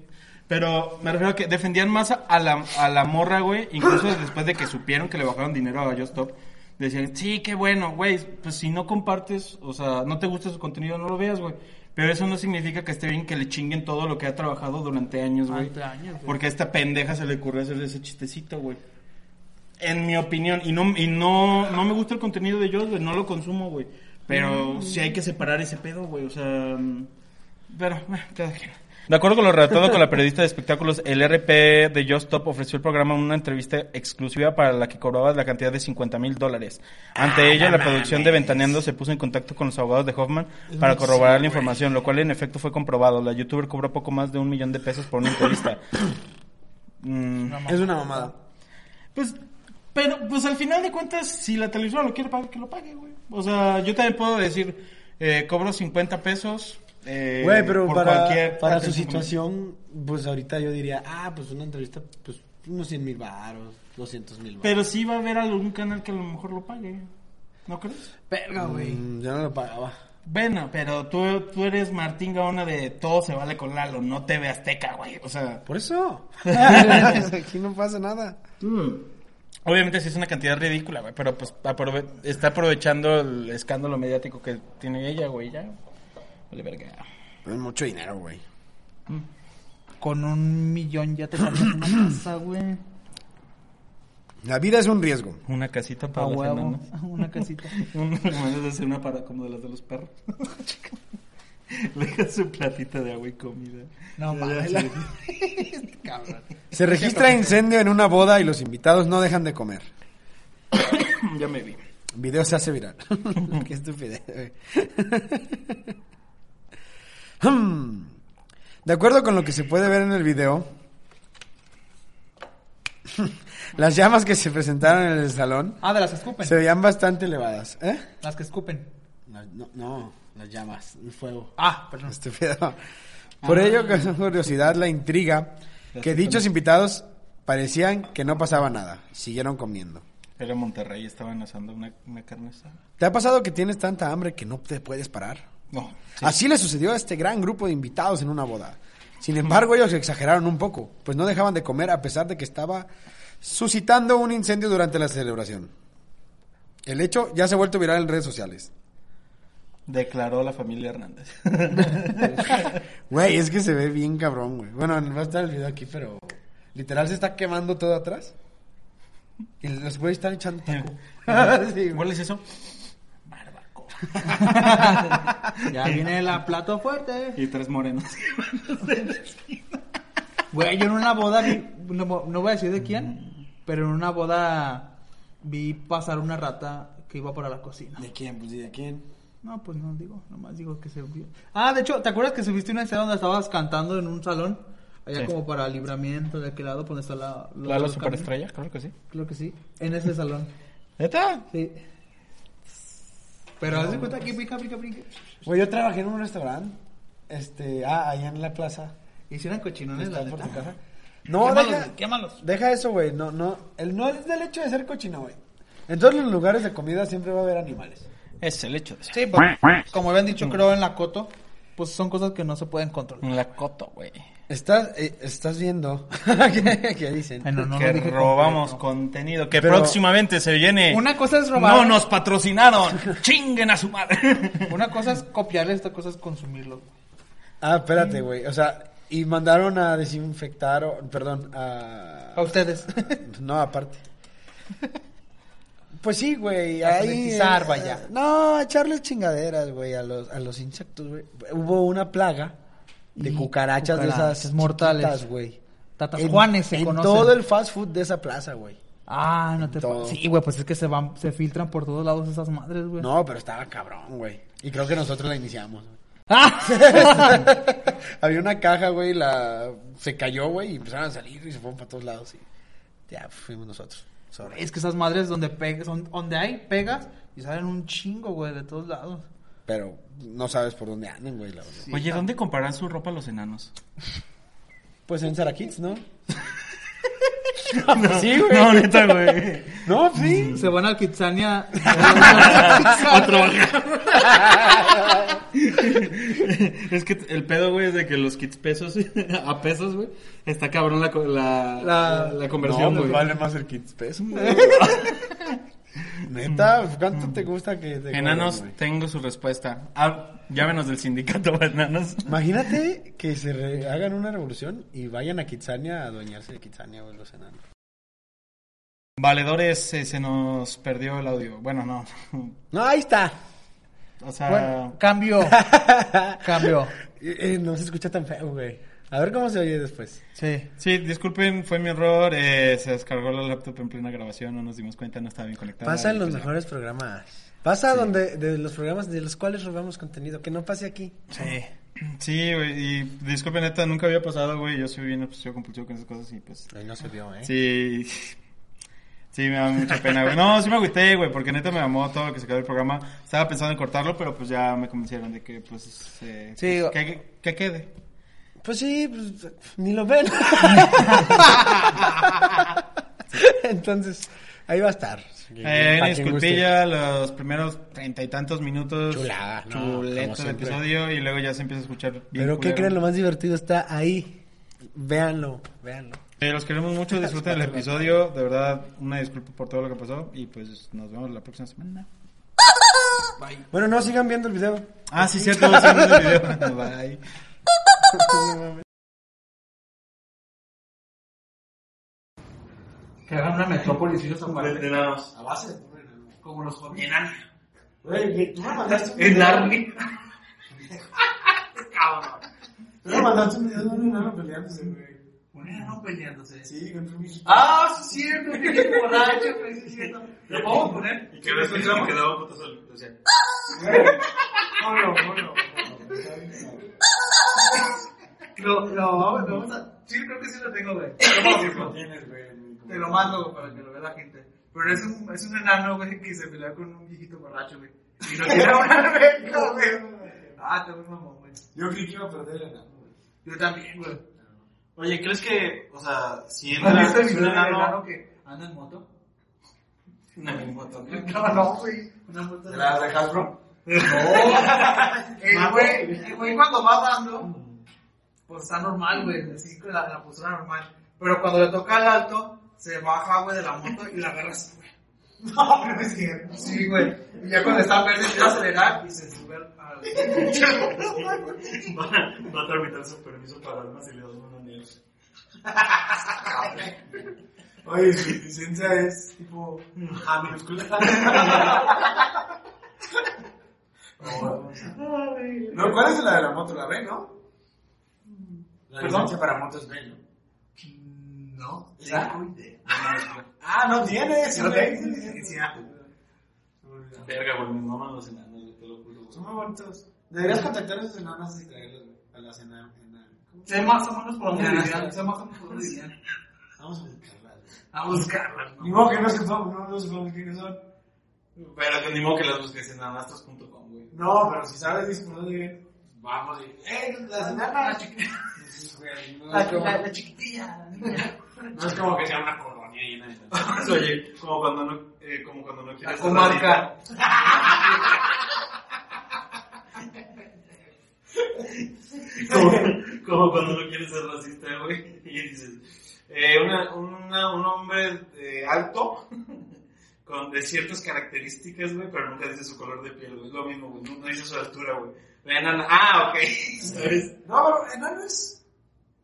Speaker 1: Pero me refiero a que defendían más a la, a la morra, güey. Incluso después de que supieron que le bajaron dinero a Just Stop. Decían, sí, qué bueno, güey. Pues si no compartes, o sea, no te gusta su contenido, no lo veas, güey. Pero eso no significa que esté bien que le chinguen todo lo que ha trabajado durante años, güey.
Speaker 3: Durante años, güey.
Speaker 1: Porque a esta pendeja se le ocurrió hacer ese chistecito, güey. En mi opinión. Y no, y no, no me gusta el contenido de Just, güey. No lo consumo, güey. Pero sí hay que separar ese pedo, güey. O sea. mm, Pero, bueno, cada quien. De acuerdo con lo relatado con la periodista de espectáculos, el RP de Just Top ofreció al programa una entrevista exclusiva para la que cobraba la cantidad de 50 mil dólares. Ante ella, la producción de Ventaneando se puso en contacto con los abogados de Hoffman para corroborar la información, lo cual en efecto fue comprobado. La youtuber cobró poco más de un millón de pesos por una entrevista. Mm,
Speaker 2: Es una mamada.
Speaker 1: pues, pero, pues al final de cuentas, si la televisora lo quiere pagar, que lo pague, güey. O sea, yo también puedo decir, eh, cobro 50 pesos. eh,
Speaker 2: Güey, pero
Speaker 1: por
Speaker 2: para,
Speaker 1: cualquier
Speaker 2: para su
Speaker 1: atención comercial.
Speaker 2: situación, pues ahorita yo diría, ah, pues una entrevista, pues unos 100 mil baros, 200 mil baros.
Speaker 1: Pero sí va a haber algún canal que a lo mejor lo pague. ¿No crees?
Speaker 3: Verga, güey.
Speaker 2: Mm, yo no lo pagaba.
Speaker 1: Bueno, pero tú, tú eres Martín Gaona de Todo se vale con Lalo, no TV Azteca, güey. O sea,
Speaker 2: Por eso. Aquí no pasa nada.
Speaker 1: obviamente sí es una cantidad ridícula, güey, pero pues aprove- está aprovechando el escándalo mediático que tiene ella, güey, ya. Vale, verga.
Speaker 2: Es mucho dinero, güey.
Speaker 3: Con un millón ya te compras una casa, güey.
Speaker 2: La vida es un riesgo.
Speaker 1: Una casita
Speaker 3: A
Speaker 1: para las
Speaker 3: huevo.
Speaker 1: enanas.
Speaker 3: Una casita.
Speaker 1: Un- Le mandas a hacer una para como de las de los perros. Le dejas su platita de agua y comida.
Speaker 3: No mames. Cabrón.
Speaker 2: Se registra incendio en una boda y los invitados no dejan de comer.
Speaker 1: Ya me vi.
Speaker 2: Video se hace viral. Qué estupidez. güey. Hmm. De acuerdo con lo que se puede ver en el video, las llamas que se presentaron en el salón
Speaker 3: Ah, de las que escupen.
Speaker 2: se veían bastante elevadas. ¿Eh?
Speaker 3: Las que escupen.
Speaker 2: No, las llamas, el fuego.
Speaker 3: Ah, perdón.
Speaker 2: Estúpido. Por ello, con curiosidad, la intriga que dichos invitados parecían que no pasaba nada. Siguieron comiendo.
Speaker 1: Era Monterrey, estaban asando una, una carne asada.
Speaker 2: ¿Te ha pasado que tienes tanta hambre que no te puedes parar?
Speaker 1: No.
Speaker 2: Así le sucedió a este gran grupo de invitados en una boda. Sin embargo, ellos exageraron un poco, pues no dejaban de comer a pesar de que estaba suscitando un incendio durante la celebración. El hecho ya se ha vuelto viral en redes sociales.
Speaker 1: Declaró la familia Hernández.
Speaker 2: Güey, es que se ve bien cabrón, güey. Bueno, no va a estar el video aquí, pero literal se está quemando todo atrás. Y los güeyes están echando taco. Ah, Sí, güey.
Speaker 1: ¿Cuál es eso? Barbacoa.
Speaker 3: Ya viene la plato fuerte.
Speaker 1: Y tres morenos.
Speaker 3: Güey, yo en una boda vi- no, no voy a decir de quién, pero en una boda vi pasar una rata que iba para la cocina.
Speaker 2: ¿De quién? Pues ¿y de quién?
Speaker 3: No, pues no digo, nomás digo que se vio. Ah, de hecho, ¿te acuerdas que subiste una escena donde estabas cantando en un salón? Allá
Speaker 1: Sí.
Speaker 3: como para libramiento, de aquel lado, pues, donde está la... los-
Speaker 1: Lalo
Speaker 3: los caminos.
Speaker 1: Superestrella, claro que sí.
Speaker 3: Creo que sí, en ese salón,
Speaker 1: ¿Neta?
Speaker 3: sí. Pero haz de cuenta
Speaker 1: pues.
Speaker 3: que brinca, brinca, brinca.
Speaker 2: Güey, yo trabajé en un restaurante. Este, ah, allá en la plaza.
Speaker 3: Hicieron cochinones la
Speaker 2: ¿Estás por
Speaker 3: neta.
Speaker 2: tu casa? No,
Speaker 3: Quémalos,
Speaker 2: deja,
Speaker 3: güey, quémalos.
Speaker 2: deja eso, güey. No, no, el, no es del hecho de ser cochino, güey. En todos los lugares de comida siempre va a haber animales.
Speaker 1: Es el hecho de ser.
Speaker 3: Sí, pues, como habían dicho, creo, en la coto, pues son cosas que no se pueden controlar.
Speaker 1: La coto, güey.
Speaker 2: Estás, eh, estás viendo qué, qué dicen.
Speaker 3: Bueno, no
Speaker 1: Mm, que
Speaker 3: lo dije
Speaker 1: robamos
Speaker 3: completo.
Speaker 1: contenido. Que
Speaker 2: Pero-
Speaker 1: próximamente se viene.
Speaker 3: Una cosa es robar.
Speaker 1: No nos patrocinaron. Chinguen a su madre.
Speaker 3: Una cosa es copiarle, esta cosa es consumirlo. güey.
Speaker 2: Ah, espérate, güey. O sea, y mandaron a desinfectar, o, perdón, a...
Speaker 3: A ustedes.
Speaker 2: No, aparte. Pues sí, güey.
Speaker 3: A
Speaker 2: ahí,
Speaker 3: sanitizar,
Speaker 2: eh,
Speaker 3: vaya.
Speaker 2: No, a echarles chingaderas, güey, a los, a los insectos, güey. Hubo una plaga de
Speaker 3: Y
Speaker 2: cucarachas, de
Speaker 3: cucarachas
Speaker 2: esas
Speaker 3: mortales.
Speaker 2: chiquitas, güey.
Speaker 3: Tatas
Speaker 2: En-
Speaker 3: Juanes se
Speaker 2: en
Speaker 3: conocen.
Speaker 2: todo el fast food de esa plaza, güey.
Speaker 3: Ah, no te
Speaker 2: todo.
Speaker 3: pa- Sí, güey, pues es que se van, se filtran por todos lados esas madres, güey.
Speaker 2: No, pero estaba cabrón, güey. Y creo que nosotros la iniciamos. güey.
Speaker 3: ¡Ah!
Speaker 2: Había una caja, güey, la se cayó, güey, y empezaron a salir y se fueron para todos lados. Y ya fuimos nosotros. Sorry.
Speaker 3: es que esas madres donde pegas, son- donde hay pegas y salen un chingo, güey, de todos lados.
Speaker 2: Pero no sabes por dónde andan, güey, la verdad.
Speaker 1: Oye, ¿dónde comprarán su ropa los enanos?
Speaker 2: Pues en Sarakits, ¿no? no, sí, güey.
Speaker 1: No,
Speaker 2: No,
Speaker 1: neta, güey.
Speaker 2: sí.
Speaker 3: Se van a Kitsania.
Speaker 1: A trabajar. es que el pedo, güey, es de que los kits pesos a pesos, güey, está cabrón la, co- la,
Speaker 3: La-
Speaker 1: la, conversión,
Speaker 2: no,
Speaker 1: güey.
Speaker 2: pues vale más el Kids peso. güey. Neta, ¿cuánto te gusta que te
Speaker 1: Enanos,
Speaker 2: cobren, güey?
Speaker 1: tengo su respuesta. Ah, llámenos del sindicato, enanos.
Speaker 2: Imagínate que se re- hagan una revolución y vayan a Kitsania a adueñarse de Kitsania, güey, los enanos.
Speaker 1: Valedores, eh, se nos perdió el audio. Bueno, no.
Speaker 2: No, ahí está.
Speaker 1: O sea,
Speaker 3: Bueno, cambio. Cambio.
Speaker 2: Eh, eh, no se escucha tan feo, güey. A ver cómo se oye después.
Speaker 3: Sí.
Speaker 1: sí, disculpen, fue mi error. eh, se descargó la laptop en plena grabación, no nos dimos cuenta, no estaba bien conectada.
Speaker 2: Pasa en
Speaker 1: Y
Speaker 2: los
Speaker 1: pues,
Speaker 2: mejores programas. Pasa donde de los programas de los cuales robamos contenido, que no pase aquí.
Speaker 1: Sí. Sí, güey, y disculpen, neta, nunca había pasado, güey. Yo soy bien obsesivo compulsivo con esas cosas y pues.
Speaker 2: Ahí no se vio, ¿eh?
Speaker 1: Sí. Sí, me da mucha pena, güey. No, sí me agüité, güey, porque neta me amó todo lo que se quedó del programa. Estaba pensando en cortarlo, pero pues ya me convencieron de que, pues, eh,
Speaker 3: Sí,
Speaker 1: pues,
Speaker 3: o-
Speaker 1: que, que quede.
Speaker 2: Pues sí, pues, ni lo ven. Entonces, ahí va a estar.
Speaker 1: Eh,
Speaker 2: Pa'
Speaker 1: una
Speaker 2: quien guste.
Speaker 1: disculpilla, los primeros treinta y tantos minutos.
Speaker 2: Chulada, ¿no? Como
Speaker 1: Chuleta el
Speaker 2: siempre.
Speaker 1: episodio y luego ya se empieza a escuchar bien.
Speaker 2: Pero ¿qué
Speaker 1: culero.
Speaker 2: creen? Lo más divertido está ahí. Véanlo, véanlo.
Speaker 1: Eh, los queremos mucho, disfruten el episodio. De verdad, una disculpa por todo lo que pasó y pues nos vemos la próxima semana.
Speaker 2: Bueno, no, sigan viendo el video.
Speaker 1: Ah, sí, cierto, vamos a ver el video. Bye.
Speaker 3: Que hagan una metrópolis y ellos aparte.
Speaker 4: enanos.
Speaker 2: A base de
Speaker 3: Como los jóvenes.
Speaker 4: Enania.
Speaker 2: Güey, tú me mandaste
Speaker 4: En Narnia.
Speaker 2: Tú me mandaste un video de un enano peleándose, güey.
Speaker 4: Un enano peleándose.
Speaker 2: Sí, contra un
Speaker 4: Ah, sí, es cierto. Qué borracho, güey, sí, es cierto. ¿Lo podemos poner? ¿Y que lo escuchamos? Que daba putas al. O sea. No, no, no. Lo, lo vamos, lo vamos a. Sí, creo que sí lo tengo, güey. Lo tienes, güey. Te lo mando para que lo vea la gente. Pero es un, es un enano, güey, que se pelea con un viejito borracho, güey. Y no tiene una beca, güey. Ah, te lo mamón, güey.
Speaker 2: Yo creí que iba a perder el enano, güey.
Speaker 4: Yo también, güey.
Speaker 5: Oye, ¿crees que, o sea, si
Speaker 4: ¿Has
Speaker 5: entra
Speaker 4: visto el
Speaker 5: si
Speaker 4: video
Speaker 5: un
Speaker 4: del
Speaker 5: enano,
Speaker 4: enano que anda en moto?
Speaker 5: una moto, ¿no?
Speaker 4: No, no, güey. Una moto de
Speaker 5: ¿La de Hasbro?
Speaker 4: El güey, el güey cuando va dando, pues está normal, güey, así con la, la postura normal. Pero cuando le toca al alto, se baja, güey, de la moto y la agarra así, güey. No, no es cierto. Sí, güey. Y ya cuando está verde, empieza a acelerar y se sube al... al-
Speaker 5: Va, va a tramitar su permiso para armas y le das uno a él.
Speaker 4: Oye, mi licencia es tipo A minúscula. no, ¿cuál es la de la moto? La B, ¿no?
Speaker 5: La
Speaker 4: Perdón.
Speaker 5: licencia para motos es bello.
Speaker 4: No.
Speaker 5: Ah, no tienes.
Speaker 4: ¿No tengo licencia?
Speaker 5: Verga, güey, no mames los enanos, güey, te lo juro. güey.
Speaker 4: Son muy bonitos.
Speaker 5: Deberías contactar a esos enanos y traerlos, güey, a la cena.
Speaker 4: Sé más o menos por dónde
Speaker 5: Ya,
Speaker 4: vivían.
Speaker 5: ya.
Speaker 4: Sé más o menos por dónde vivían.
Speaker 5: Vamos a buscarla. güey.
Speaker 4: A buscarla. ¿no?
Speaker 5: Ni modo que no sepamos, no, no sepamos quiénes son. Pero que ni modo que las busques en anastros.com, güey.
Speaker 4: No, pero si sabes, dice por dónde vivían.
Speaker 5: pues, Vamos, y...
Speaker 4: Eh, la semana, la chiquitilla. La, la- la chiquitilla.
Speaker 5: No es como que sea una colonia llena de enanos. Oye, como cuando no, eh, como cuando no
Speaker 4: La
Speaker 5: quieres...
Speaker 4: comarca.
Speaker 5: Como, como cuando no quieres ser racista, güey. Y dices, eh, una, una, un hombre eh, alto, con de ciertas características, güey, pero nunca dice su color de piel, güey. Es lo mismo, güey. No, no dice su altura, güey. La enana- ah, ok. ¿Sabes?
Speaker 4: No, pero enano es.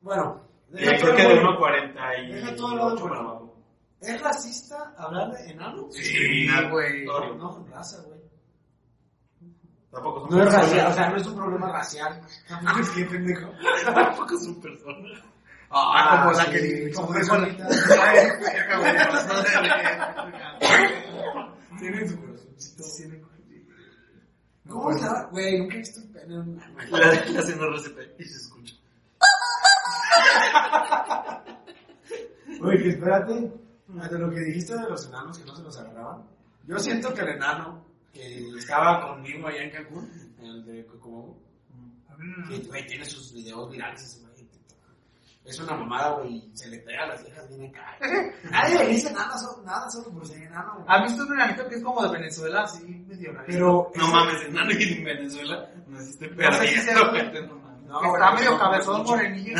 Speaker 4: Bueno.
Speaker 5: Eh, creo que de 1.40 y...
Speaker 4: Deja todo lo otro.
Speaker 5: para abajo.
Speaker 4: ¿Es racista hablar de enano?
Speaker 5: Sí,
Speaker 4: güey.
Speaker 5: obvio.
Speaker 4: No, con raza, güey.
Speaker 5: Tampoco son
Speaker 4: No es
Speaker 5: personas.
Speaker 4: racial, o sea, no es un problema racial. Tampoco es que pendejo.
Speaker 5: Tampoco son personas.
Speaker 6: Ah, como la
Speaker 7: sí,
Speaker 6: que como
Speaker 7: sí.
Speaker 6: dijo la- Ay, ya acabé, ya acabé. Tienen su corazoncito. tienen corazoncito. ¿Cómo está? Güey, nunca he visto un pene en una-
Speaker 5: La la hacen RCP y se escucha.
Speaker 6: Oye, que espérate, de lo que dijiste de los enanos que no se los agarraban, yo siento que el enano que estaba conmigo allá en Cancún, el de Cocobobo, que güey, tiene sus videos virales ese güey en TikTok. Es una mamada, güey, se le pega a las viejas bien acá. Nadie le dice nada, so- nada solo por ser enano, güey.
Speaker 3: ¿Has visto un enanito que es como de Venezuela, así medio raro?
Speaker 6: Pero,
Speaker 5: No mames, en Nano y en Venezuela naciste
Speaker 3: No sé si sea
Speaker 5: perdido. güey.
Speaker 3: un
Speaker 6: No,
Speaker 3: que está
Speaker 6: bueno,
Speaker 3: medio
Speaker 6: no,
Speaker 3: cabezón
Speaker 6: mucho.
Speaker 3: morenillo.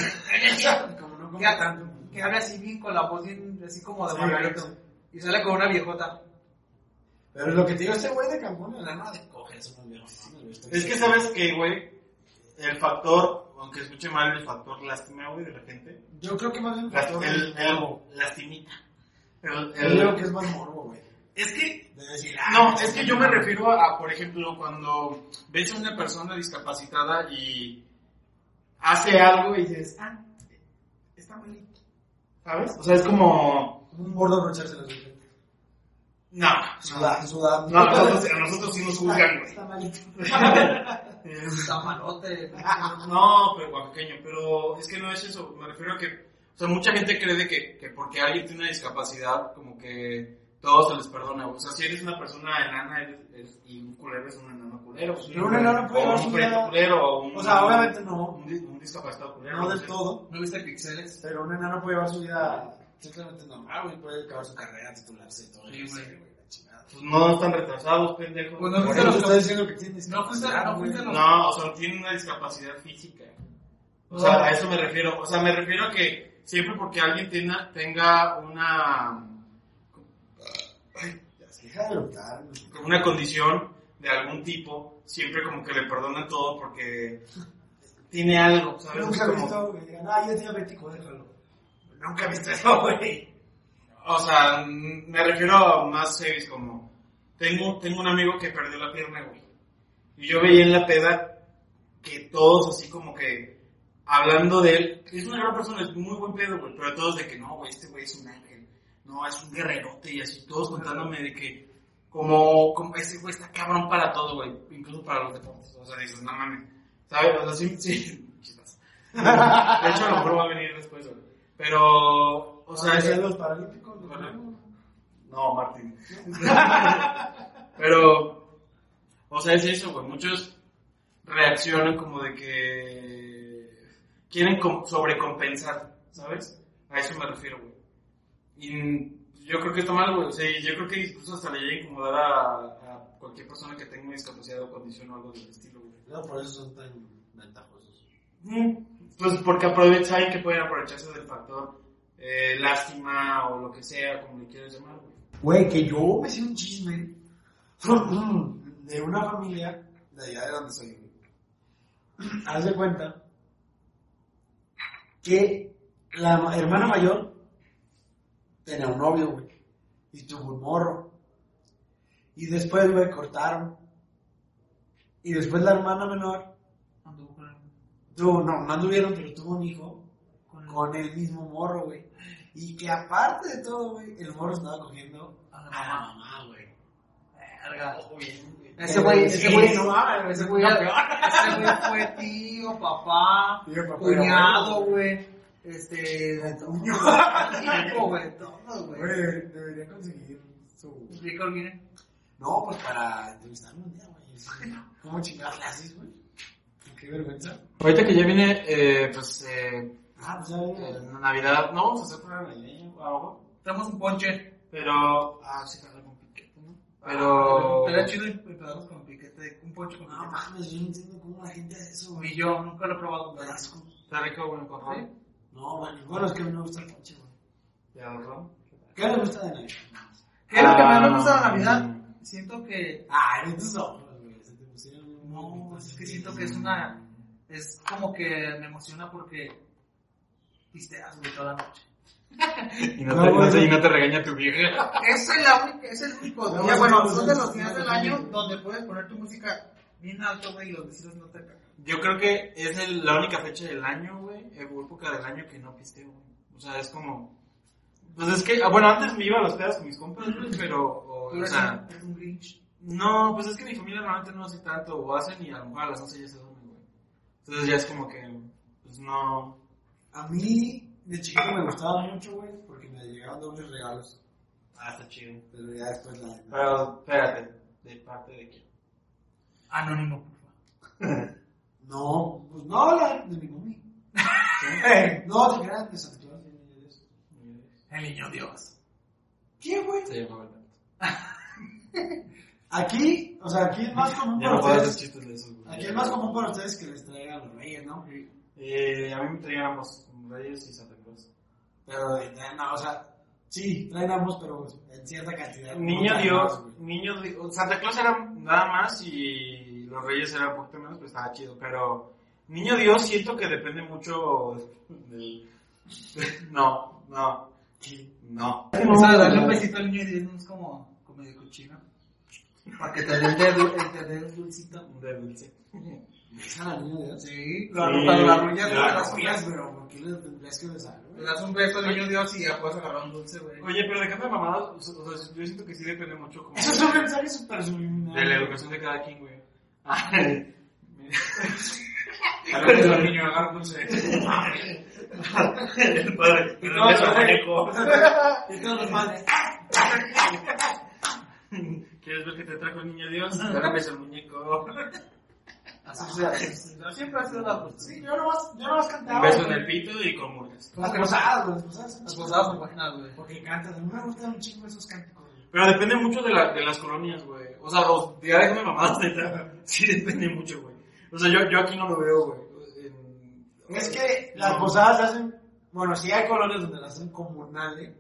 Speaker 6: como no
Speaker 3: que,
Speaker 6: come tanto.
Speaker 3: ha- que habla así bien con la voz bien, así como de
Speaker 6: Sí, sí.
Speaker 3: margarito. Y sale con una viejota.
Speaker 6: Pero lo que te digo, este güey de Cancún, el enano de coge, eso no
Speaker 5: Es que sabes que, güey, el factor, aunque escuche mal el factor lástima, güey, de la gente,
Speaker 6: Yo creo que más bien
Speaker 5: la- el, el
Speaker 6: morbo.
Speaker 5: lastimita. El-
Speaker 6: Yo
Speaker 5: el-
Speaker 6: creo que es más morbo, güey.
Speaker 5: es que
Speaker 6: De decir, ah,
Speaker 5: No, es que yo me refiero a, por ejemplo, cuando ves a una persona discapacitada y hace algo y dices, ah, está malito. ¿Sabes? O sea, es como,
Speaker 6: Un gordo abrocharse las uñas.
Speaker 5: no,
Speaker 6: Sudar, sudar.
Speaker 5: no, a nosotros, a nosotros sí nos juzgan, güey.
Speaker 6: Está malito.
Speaker 3: Tamalote.
Speaker 6: Ah,
Speaker 5: No, pero oaxaqueño, pero es que no es eso, me refiero a que, o sea, mucha gente cree de que, que porque alguien tiene una discapacidad, como que todo se les perdona, o sea, si eres una persona enana eres, eres- y un culero es un enano culero, pues,
Speaker 6: Pero un enano puede
Speaker 5: o
Speaker 6: llevar
Speaker 5: un
Speaker 6: su
Speaker 5: preto
Speaker 6: vida-
Speaker 5: culero, o un...
Speaker 6: O sea, obviamente no.
Speaker 5: un, di- un discapacitado culero.
Speaker 6: No
Speaker 5: sé.
Speaker 6: del todo.
Speaker 3: ¿No viste pixeles?
Speaker 6: Pero un enano puede llevar su vida simplemente normal, güey. Puede acabar su carrera, titularse y todo.
Speaker 3: Sí,
Speaker 6: eso,
Speaker 3: güey.
Speaker 6: la chingada.
Speaker 5: Pues no están retrasados, pendejos.
Speaker 3: Pues no
Speaker 6: Por
Speaker 3: fuiste
Speaker 6: eso
Speaker 3: los
Speaker 6: está diciendo que tienes.
Speaker 3: No fuiste- no fuiste los-
Speaker 5: pues, No, o sea, tienen una discapacidad física. O sea, a eso me refiero. O sea, me refiero a que siempre porque alguien tenga, tenga una,
Speaker 6: Deja de luchar, güey.
Speaker 5: una condición de algún tipo, siempre como que le perdonan todo porque tiene algo, ¿sabes?
Speaker 6: Nunca he
Speaker 5: Como-
Speaker 6: visto, güey. digan, Ah, ya es diabético, déjalo. Nunca he visto eso, güey.
Speaker 5: O sea, mm, me refiero a más series como... Tengo, tengo un amigo que perdió la pierna, güey. Y yo veía en la peda que todos así como que hablando de él. Es una gran persona, es muy buen pedo, güey. Pero todos de que no, güey, este güey es un ángel. No, es un guerrerote y así. Todos contándome de que como, como ese güey está cabrón para todo, güey. Incluso para los deportes. O sea, dices, no mames. ¿Sabes? O sea, sí, sí. Chistas. De hecho, a lo mejor va a venir después, güey. Pero, o sea,
Speaker 6: Ah,
Speaker 5: ese-
Speaker 6: ya los paralímpicos, güey.
Speaker 5: Bueno. no, Martín. Pero, o sea, es eso, güey. Muchos reaccionan como de que quieren com- sobrecompensar, ¿sabes? A eso me refiero, güey. Y yo creo que está mal, güey. O sea, y yo creo que incluso hasta le llega a incomodar a, a cualquier persona que tenga una discapacidad o condición o algo del estilo, güey.
Speaker 6: No, por eso son tan ventajosos.
Speaker 5: Mm, Pues porque aprovechan, saben que pueden aprovecharse del factor eh, lástima o lo que sea, como le quieras llamar, güey.
Speaker 6: Güey, que yo me sé un chisme mm, de una familia de allá de donde soy. güey. Haz de cuenta que la ma- hermana mayor tenía un novio, güey, y tuvo un morro. Y después, güey, cortaron. Y después la hermana menor
Speaker 3: Anduvo con el-
Speaker 6: tuvo, no, no anduvieron, pero tuvo un hijo
Speaker 3: con el-
Speaker 6: con el mismo morro, güey. Y que aparte de todo, güey, el morro estaba cogiendo
Speaker 3: a la
Speaker 6: a la
Speaker 3: mamá.
Speaker 6: mamá, güey.
Speaker 3: Verga.
Speaker 6: Ese güey, Eh, ese güey no
Speaker 3: mames, ese güey ese güey fue tío, papá,
Speaker 6: Tío, papá,
Speaker 3: cuñado, güey, este, de todo, hijo, güey, de todo,
Speaker 6: Güey,
Speaker 3: güey.
Speaker 6: debería conseguir su...
Speaker 3: Rico, miren.
Speaker 6: No, pues para entrevistarlo un día, güey. ¿Cómo chingar clases, güey? Qué vergüenza.
Speaker 5: Ahorita que ya viene, eh, pues, eh,
Speaker 6: Ah, pues ya
Speaker 5: eh,
Speaker 6: ven.
Speaker 5: Navidad, no vamos a hacer programa navideño o algo,
Speaker 3: Tenemos un ponche.
Speaker 5: pero,
Speaker 3: Ah, sí, carnal, con piquete, ¿no?
Speaker 5: Ah, Pero-
Speaker 3: Estaría chido y empezamos con piquete, un ponche con
Speaker 6: No
Speaker 3: piquete.
Speaker 6: mames, yo no entiendo cómo la gente hace eso,
Speaker 3: Y
Speaker 6: güey.
Speaker 3: yo nunca lo he probado,
Speaker 6: Qué
Speaker 3: pero
Speaker 6: asco.
Speaker 5: está rico, bueno, con rollo.
Speaker 6: No, bueno, bueno, es que a mí me gusta el ponche, güey.
Speaker 5: Ya lo ron.
Speaker 6: ¿Qué le gusta de Navidad?
Speaker 3: ¿Qué es lo que más me
Speaker 5: Ah.
Speaker 3: gusta de la Navidad? Siento que,
Speaker 6: Ah, en tus ojos, güey. Se te pusieron... un-
Speaker 3: no, es que siento que es una, es como que me emociona porque pisteas, güey, toda la noche.
Speaker 5: Y no,
Speaker 6: No,
Speaker 5: te,
Speaker 6: bueno.
Speaker 5: no te- y no te regaña tu vieja.
Speaker 3: Es el, única- es el único
Speaker 6: No,
Speaker 3: día,
Speaker 6: no,
Speaker 3: bueno,
Speaker 6: no,
Speaker 3: son
Speaker 6: no,
Speaker 3: de los
Speaker 6: no,
Speaker 3: días
Speaker 6: no,
Speaker 3: del
Speaker 6: no,
Speaker 3: año
Speaker 6: no.
Speaker 3: donde puedes poner tu música
Speaker 6: bien alto, güey, y los vecinos no te cagan.
Speaker 5: Yo creo que es el- la única fecha del año, güey, eh, o época del año que no pisteo, güey. O sea, es como... Pues es que, ah, bueno, antes me iba a los pedas con mis compas, güey, pero, o,
Speaker 6: Tú
Speaker 5: o
Speaker 6: eres,
Speaker 5: sea,
Speaker 6: un, eres un Grinch.
Speaker 5: no, pues es que mi familia normalmente no hace tanto, o hacen y a lo mejor a las 11 ya se duermen, güey. Entonces ya es como que, pues no...
Speaker 6: A mí, de chiquito me gustaba mucho, güey, porque me llegaban dobles regalos.
Speaker 5: Ah, está chido.
Speaker 6: Pero ya después la...
Speaker 5: Pero, espérate, ¿de parte de quién?
Speaker 3: Anónimo, por favor.
Speaker 6: No, pues no, la de mi mami. no, te creas, de Santa Claus.
Speaker 3: El niño Dios.
Speaker 6: ¿Qué, güey?
Speaker 5: Se llamaba Alberto.
Speaker 6: Aquí, o sea, aquí es más común
Speaker 5: Ya
Speaker 6: para
Speaker 5: no puedo hacer
Speaker 6: ustedes.
Speaker 5: chistes de eso, güey.
Speaker 6: Aquí es más común para ustedes que les traigan los reyes, ¿no?
Speaker 5: Eh, a mí me traían ambos, Reyes y Santa Cruz.
Speaker 6: Pero, de- de- no, o sea, sí, traen ambos, pero pues, en cierta cantidad.
Speaker 5: Niño
Speaker 6: No
Speaker 5: Dios,
Speaker 6: traen más, güey.
Speaker 5: Niño Dios, Santa Claus era nada más y los Reyes era un poquito menos, pero estaba chido. Pero Niño Dios siento que depende mucho del... No, no, no.
Speaker 3: O sea, darle un
Speaker 6: no.
Speaker 3: besito al niño Dios no es como, como de cochino. Para que te dé el dedo, el te dé el dulcito.
Speaker 5: De dulce.
Speaker 6: ¿Besan al ah, niño Dios?
Speaker 3: Sí,
Speaker 5: Sí,
Speaker 3: cuando cuando la arrullas,
Speaker 5: claro.
Speaker 3: te das un
Speaker 6: Pues,
Speaker 3: beso.
Speaker 6: pero ¿por qué les tendrías que besar,
Speaker 3: Le
Speaker 6: güey?
Speaker 3: das un beso al niño Dios y ya puedes agarrar un dulce, güey.
Speaker 5: Oye, pero dejando de mamadas, o sea, o sea, yo siento que sí depende mucho como
Speaker 6: Eso es un mensaje súper subliminal.
Speaker 5: de la educación de cada quien, güey. Ay, A ver, el niño agarra un dulce. El padre, pero
Speaker 6: No,
Speaker 5: no es
Speaker 6: no,
Speaker 5: un
Speaker 6: güey.
Speaker 5: muñeco.
Speaker 6: Y todos los padres.
Speaker 5: ¿Quieres ver que te trajo el niño Dios? Dale un beso al muñeco.
Speaker 6: Así sea, yo siempre ha sido la Sí, yo nomás, yo nomás
Speaker 5: Un
Speaker 6: cantaba.
Speaker 5: beso en
Speaker 6: güey.
Speaker 5: el pito y comulgas.
Speaker 6: Las posadas, güey, las posadas.
Speaker 3: Las posadas son buenas, güey.
Speaker 6: Porque cantan, a mí me gustan un chingo esos cánticos. güey.
Speaker 5: Pero depende mucho de, la, de las colonias, güey. O sea, o, ya déjame mamadas, neta. Sí, depende mucho, güey. O sea, yo, yo aquí no lo veo, güey. En-
Speaker 6: Es que las
Speaker 5: No.
Speaker 6: posadas se hacen, bueno, sí hay colonias donde las hacen comunales,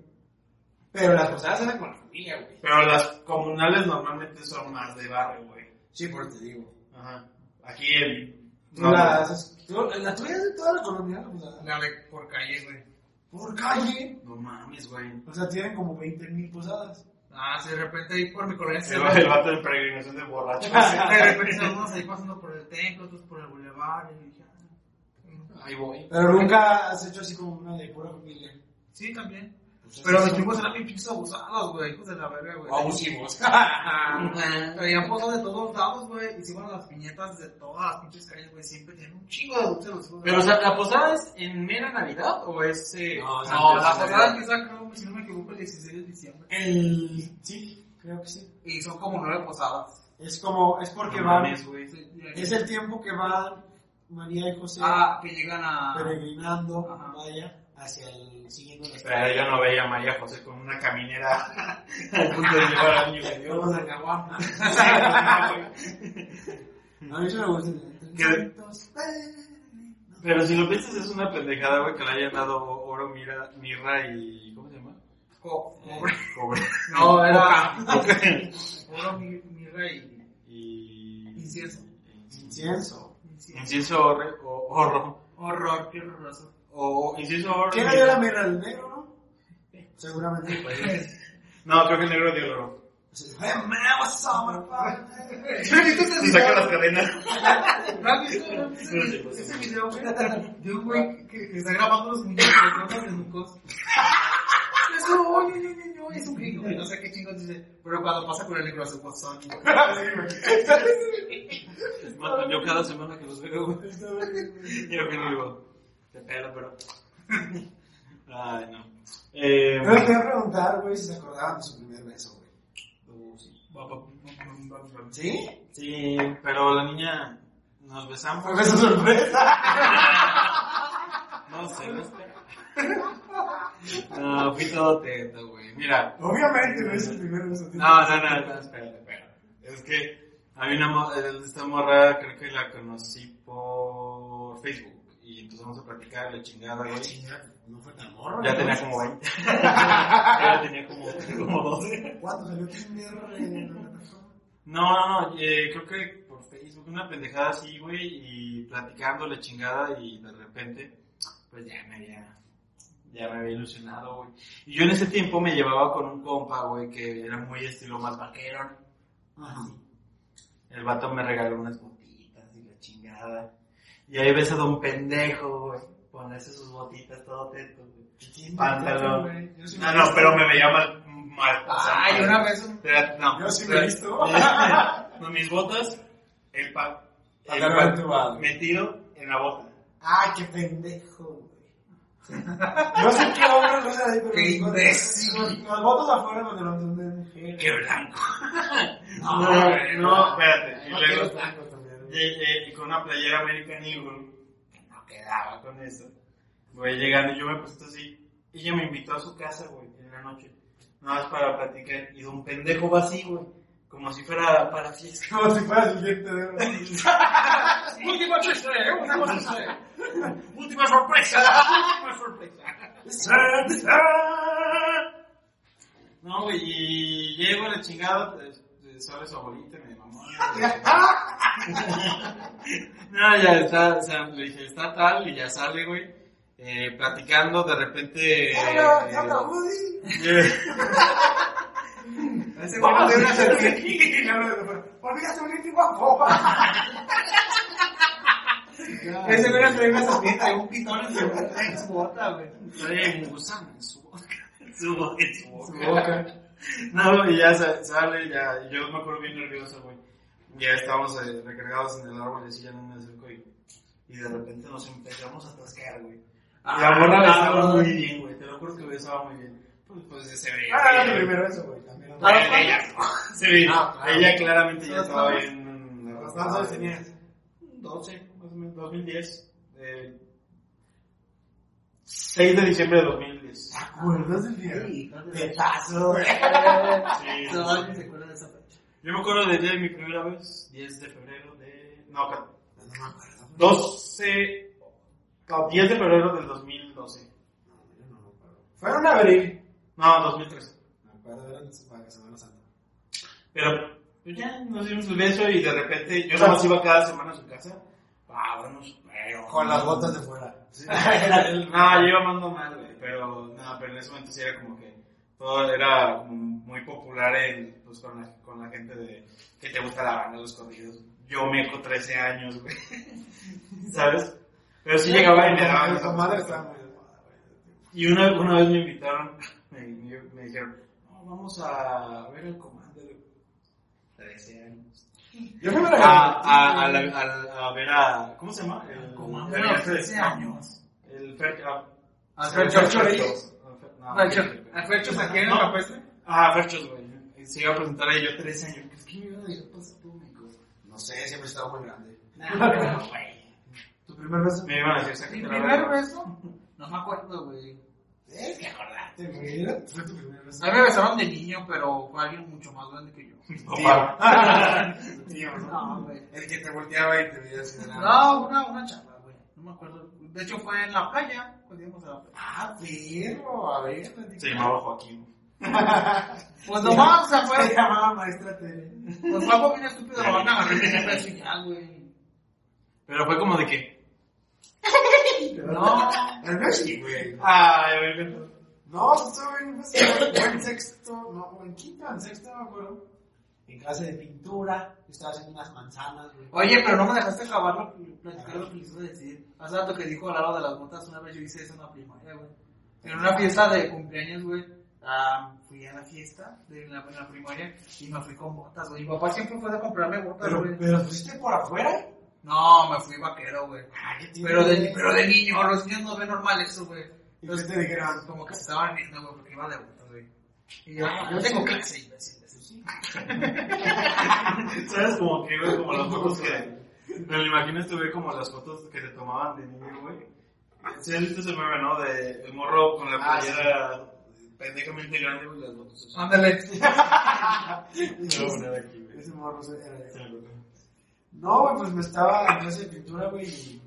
Speaker 6: pero las posadas se hacen con la familia, güey.
Speaker 5: Pero las comunales normalmente son más de barrio, güey.
Speaker 6: Sí, por te digo.
Speaker 5: Ajá. Aquí en...
Speaker 6: Tú
Speaker 5: No,
Speaker 6: la haces, tú- la tuya es de toda la colonia, la posada.
Speaker 3: La de por calle, güey.
Speaker 6: Por calle.
Speaker 5: no mames, güey.
Speaker 6: O sea, tienen como 20 mil posadas.
Speaker 3: Ah, si de repente ahí por mi colonia se
Speaker 5: El, va- el vato de peregrinación de borrachos.
Speaker 3: De repente algunos ahí pasando por el templo, otros por el bulevar. Y dije, ah,
Speaker 5: Ahí voy.
Speaker 6: Pero nunca has hecho así como una de pura familia.
Speaker 3: sí, también.
Speaker 6: Pues
Speaker 3: Pero
Speaker 6: esas
Speaker 3: los
Speaker 6: son-
Speaker 3: chicos eran bien pinches abusados, güey. Hijos de la verga, güey.
Speaker 5: Abusivos.
Speaker 3: Traían pozos de todos lados, güey. Hicimos las piñetas de todas las pinches calles, güey. Siempre tienen un chingo de dulce los hijos de
Speaker 5: Pero, o
Speaker 3: la
Speaker 5: sea, ¿la posada es en mera Navidad o es...? eh,
Speaker 6: No, o sea,
Speaker 3: No, la
Speaker 6: antes de
Speaker 3: posada empieza, creo, si no me equivoco, el 16 de diciembre.
Speaker 6: El... Sí, creo que sí.
Speaker 3: Y son como nueve posadas.
Speaker 6: Es como, es porque
Speaker 5: No
Speaker 6: van...
Speaker 5: mames, güey.
Speaker 6: Es el tiempo que van María y José
Speaker 3: Ah, que llegan a.
Speaker 6: peregrinando,
Speaker 3: Ajá.
Speaker 6: vaya, hacia el siguiendo la
Speaker 5: Pero yo no veía a María José con una caminera al punto de llevar al niño de Dios.
Speaker 6: Vamos a Caguama. A mí se me gusta.
Speaker 5: ¿Qué? Pero si lo piensas, es una pendejada, güey, que le hayan dado oro, mira, mirra y... ¿Cómo se llama?
Speaker 3: co-
Speaker 5: Cobre. Cobre.
Speaker 3: No, era.
Speaker 5: Coca.
Speaker 3: Oro, mi, mi rey.
Speaker 5: Y...
Speaker 3: Incienso.
Speaker 6: Incienso.
Speaker 5: Incienso orre- o horro.
Speaker 3: Horror, qué horroroso.
Speaker 5: O incienso horro.
Speaker 6: ¿Quién le dio la mira al negro, no? Seguramente.
Speaker 5: Pues. No, creo que el negro dio el oro.
Speaker 6: Hey, man, what's up, my father?
Speaker 5: Y saca las cadenas.
Speaker 3: ¿No has visto no has visto ese, ese video, güey? De un güey que, que está grabando los niños que los de nucos. Es un oye, oye, oye, oye, es un gringo, güey. No sé qué chingos dice. Pero cuando pasa por el negro azul, pues son.
Speaker 5: Bueno, yo cada semana que los veo, güey. Ah. Yo que digo, te pelo, pero. Ay, no. Eh,
Speaker 6: Yo le quería preguntar, güey, si se acordaban de su primer beso, güey. ¿Sí?
Speaker 5: sí, pero la niña. Nos besamos.
Speaker 6: Fue beso sorpresa.
Speaker 5: No sé, no espera. No, fui todo teto, güey. Mira.
Speaker 6: Obviamente, güey, es el primer beso.
Speaker 5: No, no, no, no, espérate, espérate. Es que a mí una mo- eh, esta morra creo que la conocí por Facebook y empezamos a platicar la chingada, güey.
Speaker 6: Chinga, No fue tan morro.
Speaker 5: Ya
Speaker 6: ¿no?
Speaker 5: tenía como 20. ya tenía como, como 12.
Speaker 6: ¿Cuánto salió tu mierda?
Speaker 5: No, no, no, eh, creo que por Facebook una pendejada así, güey, y platicando la chingada y de repente, pues ya me había, ya me había ilusionado, güey. Y yo en ese tiempo me llevaba con un compa, güey, que era muy estilo más vaquero,
Speaker 6: Ajá.
Speaker 5: El vato me regaló unas botitas y la chingada. Y ahí ves a don pendejo, güey, ponerse sus botitas todo teto, güey. Pantalón.
Speaker 3: güey? Yo sí me
Speaker 5: No,
Speaker 3: he
Speaker 5: no,
Speaker 3: visto.
Speaker 5: pero me veía mal. mal o sea,
Speaker 3: Ay,
Speaker 5: mal.
Speaker 3: una vez un-
Speaker 5: Era- no,
Speaker 6: Yo sí me he
Speaker 5: era-
Speaker 6: visto.
Speaker 5: no, mis botas, el pa... el
Speaker 6: Pantalón
Speaker 5: pa-
Speaker 6: entubado.
Speaker 5: metido en la boca.
Speaker 3: Ah, qué pendejo, güey.
Speaker 6: No sé qué hombre lo hace ahí, pero...
Speaker 3: Qué imbécil.
Speaker 6: Los- Los votos afuera, pero no entendemos.
Speaker 5: ¡Qué blanco!
Speaker 3: No,
Speaker 5: No, güey, no, espérate. Y
Speaker 3: No,
Speaker 5: luego-
Speaker 3: los blancos también, güey.
Speaker 5: Llegué con una playera American Eagle, que no quedaba con eso. Güey, llegando, yo me puse así. Ella me invitó a su casa, güey, en la noche. Nada más para platicar. Y de un pendejo va así, güey. Como si fuera para fiesta.
Speaker 6: Como si fuera el siguiente de una.
Speaker 5: Última eh, fiesta, última fiesta. Última sorpresa, última sorpresa. No, güey, y llego a la chingada, pues, sale su abuelita, mi mamá. No, ya está, o sea, le dije, está tal, y ya sale, güey. Eh, platicando, de repente...
Speaker 3: Pero,
Speaker 5: eh,
Speaker 3: ya habla Woody.
Speaker 5: Ese güey no
Speaker 3: Vamos a
Speaker 5: tiene
Speaker 3: hacer
Speaker 5: una
Speaker 3: una selfie.
Speaker 5: cerveza.
Speaker 3: Y le habla de fuera. Olvídate, olvídate, guapo. Ese güey se ve a su fiesta, un pitón en su en su bota, güey.
Speaker 5: Trae un gusano en su boca. En su boca. En su boca.
Speaker 3: Su boca.
Speaker 5: No, y ya sa- sale, ya, y yo me acuerdo bien nervioso, güey. Ya estábamos eh, recargados en el árbol y así ya no me acerco y, y de repente nos empezamos a atascar, güey. Y la
Speaker 6: Ah,
Speaker 5: morra besaba muy bien, güey, te lo juro que besaba muy bien. ah, Pues, pues se veía.
Speaker 6: Ah,
Speaker 5: que-
Speaker 6: era primero eso, güey. También.
Speaker 5: Ah, ella, se veía.
Speaker 3: Ah, claro.
Speaker 5: Ella claramente ya
Speaker 3: Los
Speaker 5: estaba
Speaker 3: dos.
Speaker 5: bien.
Speaker 6: Los dos tenías.
Speaker 5: 12, Ah, más o menos, 2010. eh, 6 de diciembre de 2010.
Speaker 6: ¿Te acuerdas del día?
Speaker 3: Petazo.
Speaker 5: Sí.
Speaker 3: No, alguien se acuerda de esa fecha.
Speaker 5: Yo me acuerdo del día de mi primera vez, 10 de febrero de... No, ca-
Speaker 6: No me acuerdo.
Speaker 5: 12... no, 10 de febrero del 2012.
Speaker 6: Fueron a abril.
Speaker 5: No, 2013.
Speaker 6: Me acuerdo, eran los- para que se los santos.
Speaker 5: Pero pues ya nos dimos el beso y de repente yo nada más iba cada semana a su casa. Vámonos, pero...
Speaker 6: Con las botas de fuera.
Speaker 5: no, yo iba mando mal, güey. Pero, no, pero en ese momento sí era como que todo era como muy popular en, pues, con, la, con la gente de, que te gusta la banda, los corridos. Yo me con 13 años, güey. ¿Sabes? Pero sí llegaba y me daban.
Speaker 6: Esa madre estaba muy
Speaker 5: Y una, una vez me invitaron, me, me- me dijeron, no, vamos a ver el comando. 13 años.
Speaker 6: Yo me
Speaker 5: A, a, a, la- a- a ver a. ¿Cómo se llama? El
Speaker 3: Como
Speaker 5: el-
Speaker 3: unos 13 años.
Speaker 5: El Fer. ah,
Speaker 3: ¿Al
Speaker 5: el
Speaker 3: Fercho
Speaker 5: Fercho
Speaker 3: Chorizo?
Speaker 5: Chorizo. No,
Speaker 6: Ah,
Speaker 3: Al Fercho-
Speaker 5: Fer-
Speaker 3: al Fercho Saquero,
Speaker 5: No.
Speaker 3: Capeste.
Speaker 5: Ah, Ferchos, güey. Se iba a presentar ahí yo 13 años. ¿Qué es que me iba a decir? Pues, tú, mico.
Speaker 6: No sé, siempre estaba muy grande.
Speaker 3: Nah, güey.
Speaker 6: ¿Tu primer beso?
Speaker 5: Me iban a decir,
Speaker 3: Mi
Speaker 5: sácate la
Speaker 3: primer
Speaker 5: verga.
Speaker 3: beso, no me acuerdo, güey.
Speaker 6: Es que acordate, güey. Era- Fue tu primer beso.
Speaker 3: A mí me besaron de niño, pero fue alguien mucho más grande que yo.
Speaker 6: Tío. Tío,
Speaker 3: No, güey.
Speaker 6: El que te volteaba y te veía así de la-
Speaker 3: No, una, una chava, güey. No me acuerdo. De hecho, fue en la playa. Cuando íbamos a la playa.
Speaker 6: Ah, perro, a ver.
Speaker 5: Se llamaba Joaquín.
Speaker 3: Pues nomás, o sea,
Speaker 6: Se
Speaker 3: fue.
Speaker 6: llamaba maestra Tere.
Speaker 3: Pues fue algo bien estúpido. Lo van a agarrar y me beso y ya, güey.
Speaker 5: Pero fue como de que.
Speaker 3: No.
Speaker 6: El Messi, güey.
Speaker 5: Ay, a ver, ¿qué
Speaker 6: No, estaba en, estaba en sexto, no, en quinto, en sexto, no me acuerdo. En clase de pintura, estaba haciendo unas manzanas, güey.
Speaker 3: Oye, pero no me dejaste acabar lo que- platicar lo que les iba a decir. Hace rato que dijo Lalo de las botas, una vez yo hice eso en la primaria, güey. En una fiesta de cumpleaños, güey, ah, fui a la fiesta de la, en la primaria y me fui con botas, güey. Mi papá siempre fue de comprarme botas,
Speaker 6: Pero,
Speaker 3: güey.
Speaker 6: pero pusiste por afuera.
Speaker 3: No, me fui vaquero, güey.
Speaker 6: Ah, ¿qué tiene?
Speaker 3: Pero de, pero de niño, los niños no ven normal eso, güey.
Speaker 6: ¿Y qué te dijeron?
Speaker 3: Como que se estaban riendo, güey, porque iba de botas, güey. Y yo,
Speaker 6: Ah,
Speaker 3: yo tengo clase, imbécil.
Speaker 5: ¿Sabes? Como que, güey, como las fotos que. Me lo imagino estuve como las fotos que te tomaban de niño, güey. ¿Sí has visto ese meme, no? De el morro con la
Speaker 6: Ah,
Speaker 5: playera pendejamente grande, güey, las fotos así.
Speaker 3: Ándale.
Speaker 5: Se va a poner aquí, güey.
Speaker 6: Ese morro se- era de-
Speaker 5: Se me ocurrió.
Speaker 6: No, güey, pues me estaba en clase de pintura, güey, y,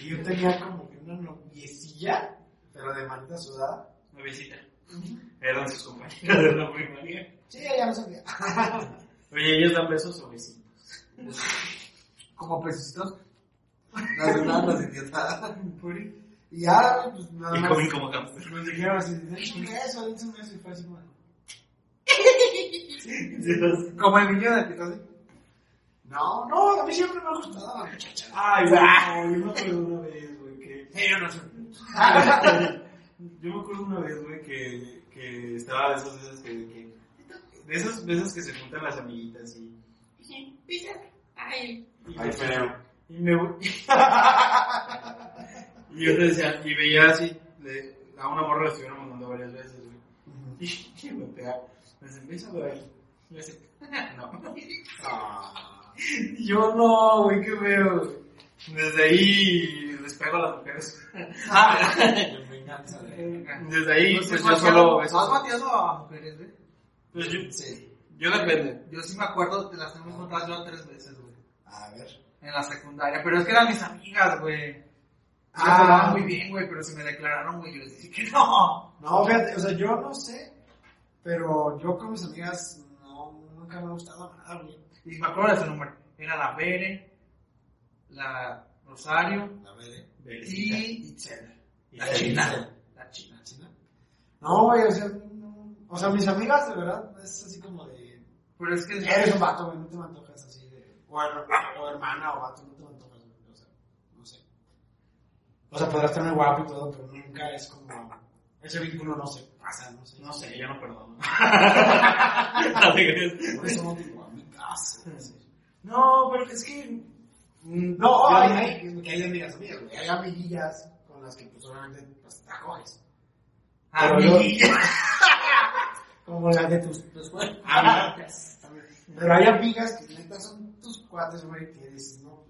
Speaker 6: y yo tenía como que una noviecilla, pero de manita sudada.
Speaker 5: Una visita. Eran sus compañeras de la primaria.
Speaker 6: Sí, ya no sabía.
Speaker 5: Oye, ¿ellos dan besos o besitos?
Speaker 3: Como pececitos.
Speaker 6: Las sudadas, las idiotadas. Y ya, güey, pues nada
Speaker 5: Y
Speaker 6: más.
Speaker 5: comen como hamster.
Speaker 6: Nos dijeron así, dense un beso, dense un beso, y fue así, bueno.
Speaker 5: pues,
Speaker 3: Como el niño de Picasso.
Speaker 1: No, no, a mí siempre me ha gustado la muchacha.
Speaker 5: Ay,
Speaker 6: Ah,
Speaker 5: güey, no, yo me acuerdo una vez, güey, que... yo no Yo me acuerdo una vez, güey, que, que estaba de esas veces que... que- de esas veces que se juntan las amiguitas y... Pisa, ay... Y me voy... y yo le decía, y veía así, le- a una morra le estuvieron mandando varias veces, güey. Y, y me pegaba, me dice, "Bésalo, güey. Y me dice, no. Ah. Y Yo no, güey, qué feo. Desde ahí les pego a las mujeres. Ah. Desde ahí, pues yo solo
Speaker 1: ¿Has
Speaker 5: beso.
Speaker 1: bateado a mujeres, güey?
Speaker 5: Pues yo, yo depende.
Speaker 1: Yo sí me acuerdo, te las tengo encontradas yo tres veces, güey.
Speaker 6: A ver.
Speaker 1: En la secundaria, pero es que eran mis amigas, güey.
Speaker 6: Ah.
Speaker 1: Ah, muy bien, güey, pero se me declararon, güey. Yo les dije que no.
Speaker 6: No, fíjate, o sea, yo no sé, pero yo con mis amigas no, nunca me ha gustado nada, güey.
Speaker 1: Y me acuerdo de su nombre. Era la Bere, la Rosario
Speaker 6: La verdad.
Speaker 1: y
Speaker 6: Itzel.
Speaker 1: la China. La China.
Speaker 6: La china. No, güey, o sea, no- o sea, mis amigas de verdad es así como de...
Speaker 1: Pero es que
Speaker 6: Eres un vato, güey, no te me antojas así de... O, her- o hermana o vato, no te me antojas, güey, o sea, no sé. O sea, podrás tener guapo y todo, pero nunca es como... Ese vínculo no se pasa, no sé.
Speaker 5: No sé, yo no perdono. No te creas.
Speaker 6: Por eso no tengo amigas. no sé.
Speaker 5: no, pero es que. mm,
Speaker 6: No,
Speaker 5: yo-
Speaker 6: hay, hay, que hay amigas mías, güey. Hay amiguillas con las que pues obviamente pues, te acoges. Pero yo- Como las de tus, tus cuates.
Speaker 1: Amigas.
Speaker 6: Pero hay amigas que neta son tus cuates, güey, que dices, no.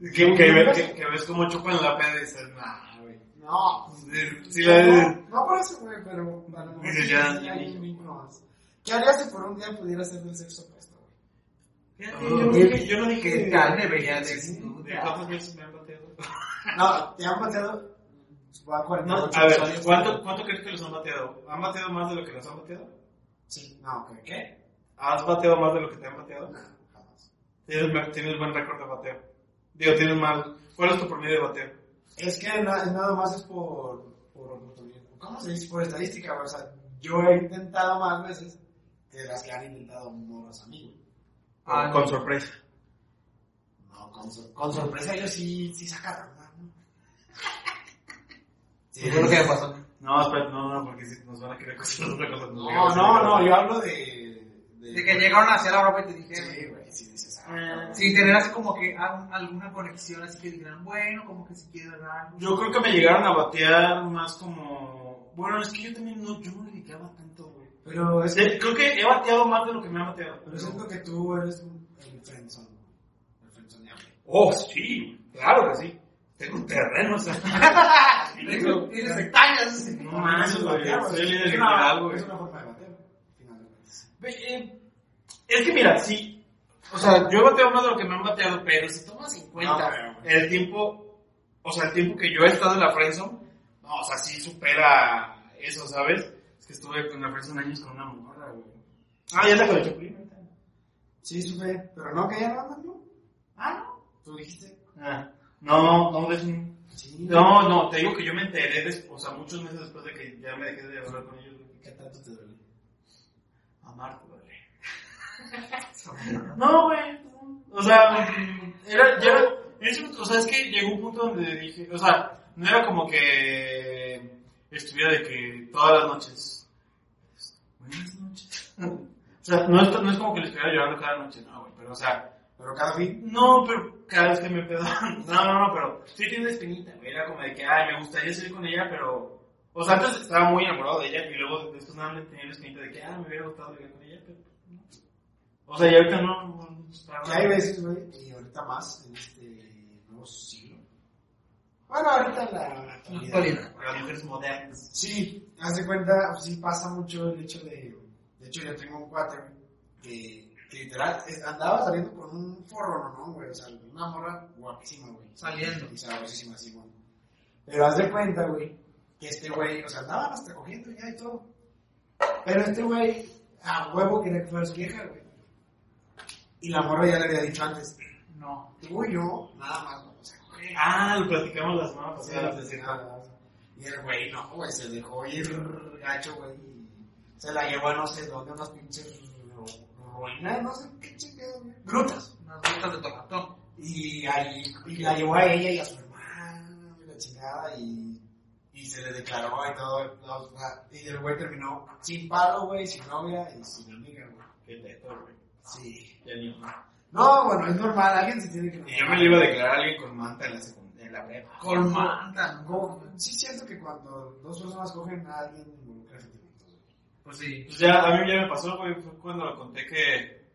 Speaker 5: que, que, ve- que, que ves como chupan la peda y dices, nah, güey.
Speaker 6: No.
Speaker 5: Si la.
Speaker 6: no, no por eso, güey, pero a lo mejor
Speaker 5: Dices, ya,
Speaker 6: sí
Speaker 5: ya
Speaker 6: hay
Speaker 5: vi.
Speaker 6: un vínculo más. ¿Qué harías si por un día pudieras ser del sexo opuesto, güey?
Speaker 5: Yo no dije- yo no dije
Speaker 1: Que tal debería de ser.
Speaker 5: ¿De cuántas veces me han bateado?
Speaker 6: No, te han bateado. va a
Speaker 5: No,
Speaker 6: 48
Speaker 5: a ver,
Speaker 6: usuarios.
Speaker 5: ¿cuánto, ¿cuánto crees que los han bateado? ¿Han bateado más de lo que los han bateado?
Speaker 6: Sí, no, ¿qué? ¿Qué?
Speaker 5: ¿Has bateado más de lo que te han bateado?
Speaker 6: No, jamás.
Speaker 5: Tienes, buen- tienes buen récord de bateo. Digo, tienes mal. ¿Cuál es tu promedio de bateo?
Speaker 6: Es que na- nada más es por, por oportunidad. ¿Cómo se dice? Por estadística, güey. O sea, yo he intentado más veces que las que han intentado morras a mí, güey.
Speaker 1: Ah,
Speaker 5: con
Speaker 1: no.
Speaker 5: sorpresa.
Speaker 6: No, con, sor- con sorpresa ellos sí, sí sacaron, ¿no? Sí,
Speaker 1: ¿Qué es lo que me pasó?
Speaker 5: No, espera, no, no, porque si nos van a querer cosas otra cosa. nos van a querer
Speaker 6: No, no,
Speaker 5: hacer
Speaker 6: no,
Speaker 5: otra
Speaker 6: yo hablo de...
Speaker 1: De que llegaron hacia la
Speaker 3: pues,
Speaker 1: broma pues, y te dijeron.
Speaker 6: Sí, güey, sí dices, ah,
Speaker 1: Ah,
Speaker 6: cabrón.
Speaker 1: Sin tener así como que al- alguna conexión, así que digan, bueno, como que si quieren algo.
Speaker 5: cosa. Yo creo que me llegaron a batear más como... Bueno, es que yo también no, yo no le dedicaba tanto, güey.
Speaker 6: Pero es que...
Speaker 5: Sí, Creo que he bateado más de lo que me han bateado.
Speaker 6: Pero siento que tú eres un, el friendzone, güey. El friendzoneable.
Speaker 5: Oh, sí, claro que sí. Tengo terreno, o sea.
Speaker 1: Tengo- Tienes hectáreas.
Speaker 5: No mames, güey. Soy el líder
Speaker 6: Es
Speaker 5: general,
Speaker 6: una,
Speaker 5: güey.
Speaker 6: es una forma de bateo, finalmente.
Speaker 5: eh. Ve, eh, Es que mira, sí. O sea, yo he bateado más de lo que me han bateado, pero si tomas en cuenta
Speaker 6: No,
Speaker 5: el tiempo, o sea, el tiempo que yo he estado en la Friendzone, no, o sea, sí supera eso, ¿sabes? Es que estuve en la Friendzone años con una morra, güey. Ah, ya la con el Chapulín. ahorita.
Speaker 6: Sí, supe, pero no, que ya no andan, ¿no?
Speaker 5: Ah, no.
Speaker 6: Tú dijiste.
Speaker 5: Ah, no, no, es un-
Speaker 6: Sí.
Speaker 5: No, no, te digo que yo me enteré, des- o sea, muchos meses después de que ya me dejé de hablar con ellos. güey.
Speaker 6: ¿Qué tanto te duele?
Speaker 5: Amarte, güey. No, güey. O sea, era, ya era- eso, o sea, es que llegó un punto donde dije, o sea, no era como que estuviera de que todas las noches. Buenas noches. O sea, no es, no es como que le estuviera llorando cada noche, no, güey, pero o sea,
Speaker 6: Pero cada fin.
Speaker 5: no, pero cada vez que me pedo. No, no, no, pero sí tiene una espinita, güey. Era como de que, ay, me gustaría salir con ella, pero. O sea, antes estaba muy enamorado de ella y luego después nada más tenía la espinita de que, ah, me hubiera gustado salir con ella, pero. no. O sea, y ahorita no. no, no, está-
Speaker 6: Que hay veces, güey, y ahorita más, en este nuevo siglo. Bueno, ahorita la
Speaker 1: Actualidad.
Speaker 5: Las mujeres modernas.
Speaker 6: Sí, haz de cuenta, sí pasa mucho el hecho de. De hecho, yo tengo un cuate güey, que, que literal eh, andaba saliendo con un forro, ¿no, güey? O sea, una morra guapísima, güey.
Speaker 1: Saliendo.
Speaker 6: Y sabrosísima, sí, güey. Pero haz de cuenta, güey, que este güey, o sea, andaban hasta cogiendo ya y todo. Pero este güey, a huevo quería que fuera su vieja, güey. Y la morra ya le había dicho antes,
Speaker 1: No.
Speaker 6: tú y yo, nada más, güey, o sea, coger.
Speaker 5: Ah, lo platicamos las semanas
Speaker 6: Sí,
Speaker 5: pasadas.
Speaker 6: sí, sí, nada. Y el güey, no, güey, se dejó ir gacho, güey. y Se la llevó a no sé dónde, unas pinches ru-
Speaker 5: ruinas, no sé qué chingados, güey.
Speaker 4: Grutas, unas grutas de tomatón.
Speaker 5: Y, ahí, y la llevó a ella y a su hermana, y la chingada, y, y se le declaró y todo. todo, o sea, y el güey terminó sin palo, güey, sin novia y sin amiga, güey. Qué teto, güey. Sí.
Speaker 4: No, bueno, es normal, alguien se tiene que.
Speaker 5: Y yo me le iba a declarar a alguien con manta en la secundaria, en la prepa.
Speaker 4: Con manta,
Speaker 5: No,
Speaker 4: no.
Speaker 5: sí siento que cuando dos personas cogen a alguien involucra sentimientos. güey.
Speaker 4: Pues sí.
Speaker 5: Pues ya, a mí ya me pasó, güey, fue cuando conté que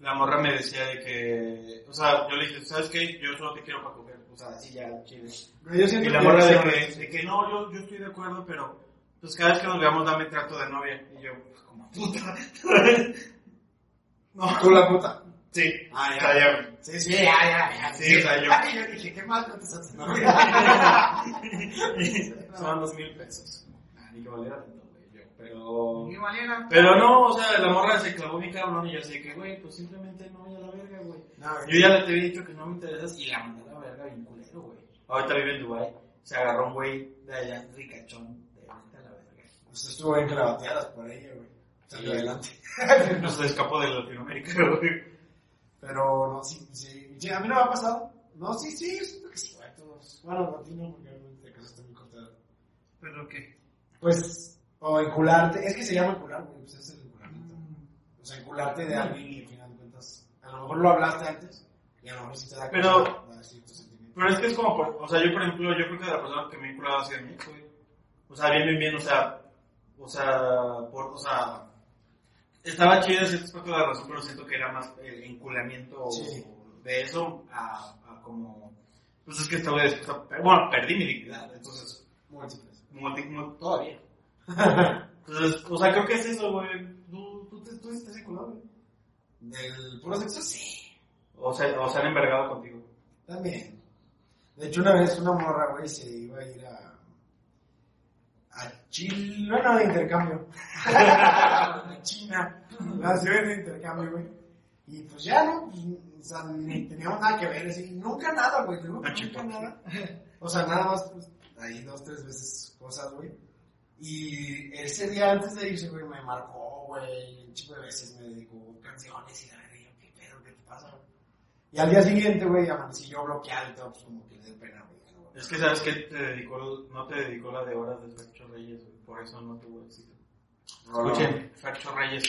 Speaker 5: la morra me decía de que, o sea, yo le dije, ¿sabes qué? Yo solo te quiero para coger, o sea, así ya, chile.
Speaker 4: Pero yo siento
Speaker 5: Y la
Speaker 4: que-
Speaker 5: morra de que, de que no, yo, yo estoy de acuerdo, pero pues cada vez que nos veamos dame trato de novia. Y yo, pues, como puta. no,
Speaker 4: Con la puta.
Speaker 5: sí, ah, ya, ya. Sí, sí, ya, ya, sí, o sea, yo.
Speaker 4: Ay, yo dije, qué mal tratas a tu novia.
Speaker 5: Son dos mil pesos. Ah, Ni que valiera tanto, güey, yo, pero...
Speaker 4: Y Mariana,
Speaker 5: Pero no, o sea, la morra se clavó mi cabrón y yo así que, güey, pues simplemente no voy a la verga, güey. Yo ya le te había dicho que no me interesas y la mandé a la verga bien culero, güey. Ahorita vive en Dubai, se agarró un güey de allá, ricachón, de vete a la verga.
Speaker 6: Pues estuvo bien clavateadas por ella, güey.
Speaker 5: Salió adelante. no se escapó de Latinoamérica, güey.
Speaker 6: Pero no, sí, sí. Sí, a mí no me ha pasado. No, sí, sí, yo siento que sí, güey, todos. Bueno, a ti no, porque te casaste muy corta edad.
Speaker 4: ¿Pero qué?
Speaker 6: Pues, o encularte, es que se llama encular, güey, pues es el enculamiento. O sea, encularte de alguien y al final de cuentas, a lo mejor lo hablaste antes y a lo mejor sí te da
Speaker 5: Pero-
Speaker 6: cosa de cierto sentimiento.
Speaker 5: Pero es que es como, por, o sea, yo por ejemplo, yo creo que la persona que me ha vinculado hacia mí, güey. O sea, bien, bien, bien, o sea, o sea, por, o sea, estaba chido en cierto aspecto de la razón, pero siento que era más el enculamiento
Speaker 6: Sí.
Speaker 5: de eso a, a como, pues es que estaba dispuesto, a- bueno, perdí mi dignidad, entonces,
Speaker 6: Múltiples.
Speaker 5: como te- como todavía. entonces, o sea, creo que es eso, güey. Tú, tú, te- tú estás enculado, güey.
Speaker 6: ¿Del puro sexo? Sí.
Speaker 5: O sea, o se han envergado contigo.
Speaker 6: También. De hecho, una vez una morra, güey, se iba a ir a. a Chile. No, no, de intercambio. a China. La ciudad de intercambio, güey. Y pues ya, ¿no? Pues, o sea, ni teníamos nada que ver, así. Nunca nada, güey. te digo que
Speaker 5: Ah,
Speaker 6: Nunca
Speaker 5: chico.
Speaker 6: nada. O sea, nada más, pues, ahí dos, tres veces cosas, güey. Y ese día antes de irse, güey, me marcó, güey, un chico de veces me dedicó canciones y la verdad, yo, ¿qué pedo? ¿Qué te pasa? güey?" Y al día siguiente, güey, amanecí yo bloqueado y todo, pues como que le dio pena, güey. ya no, güey.
Speaker 5: Es que sabes que te dedicó, no te dedicó la de horas de Fercho Reyes, güey, por eso no tuvo éxito. Escuchen, Fercho Reyes.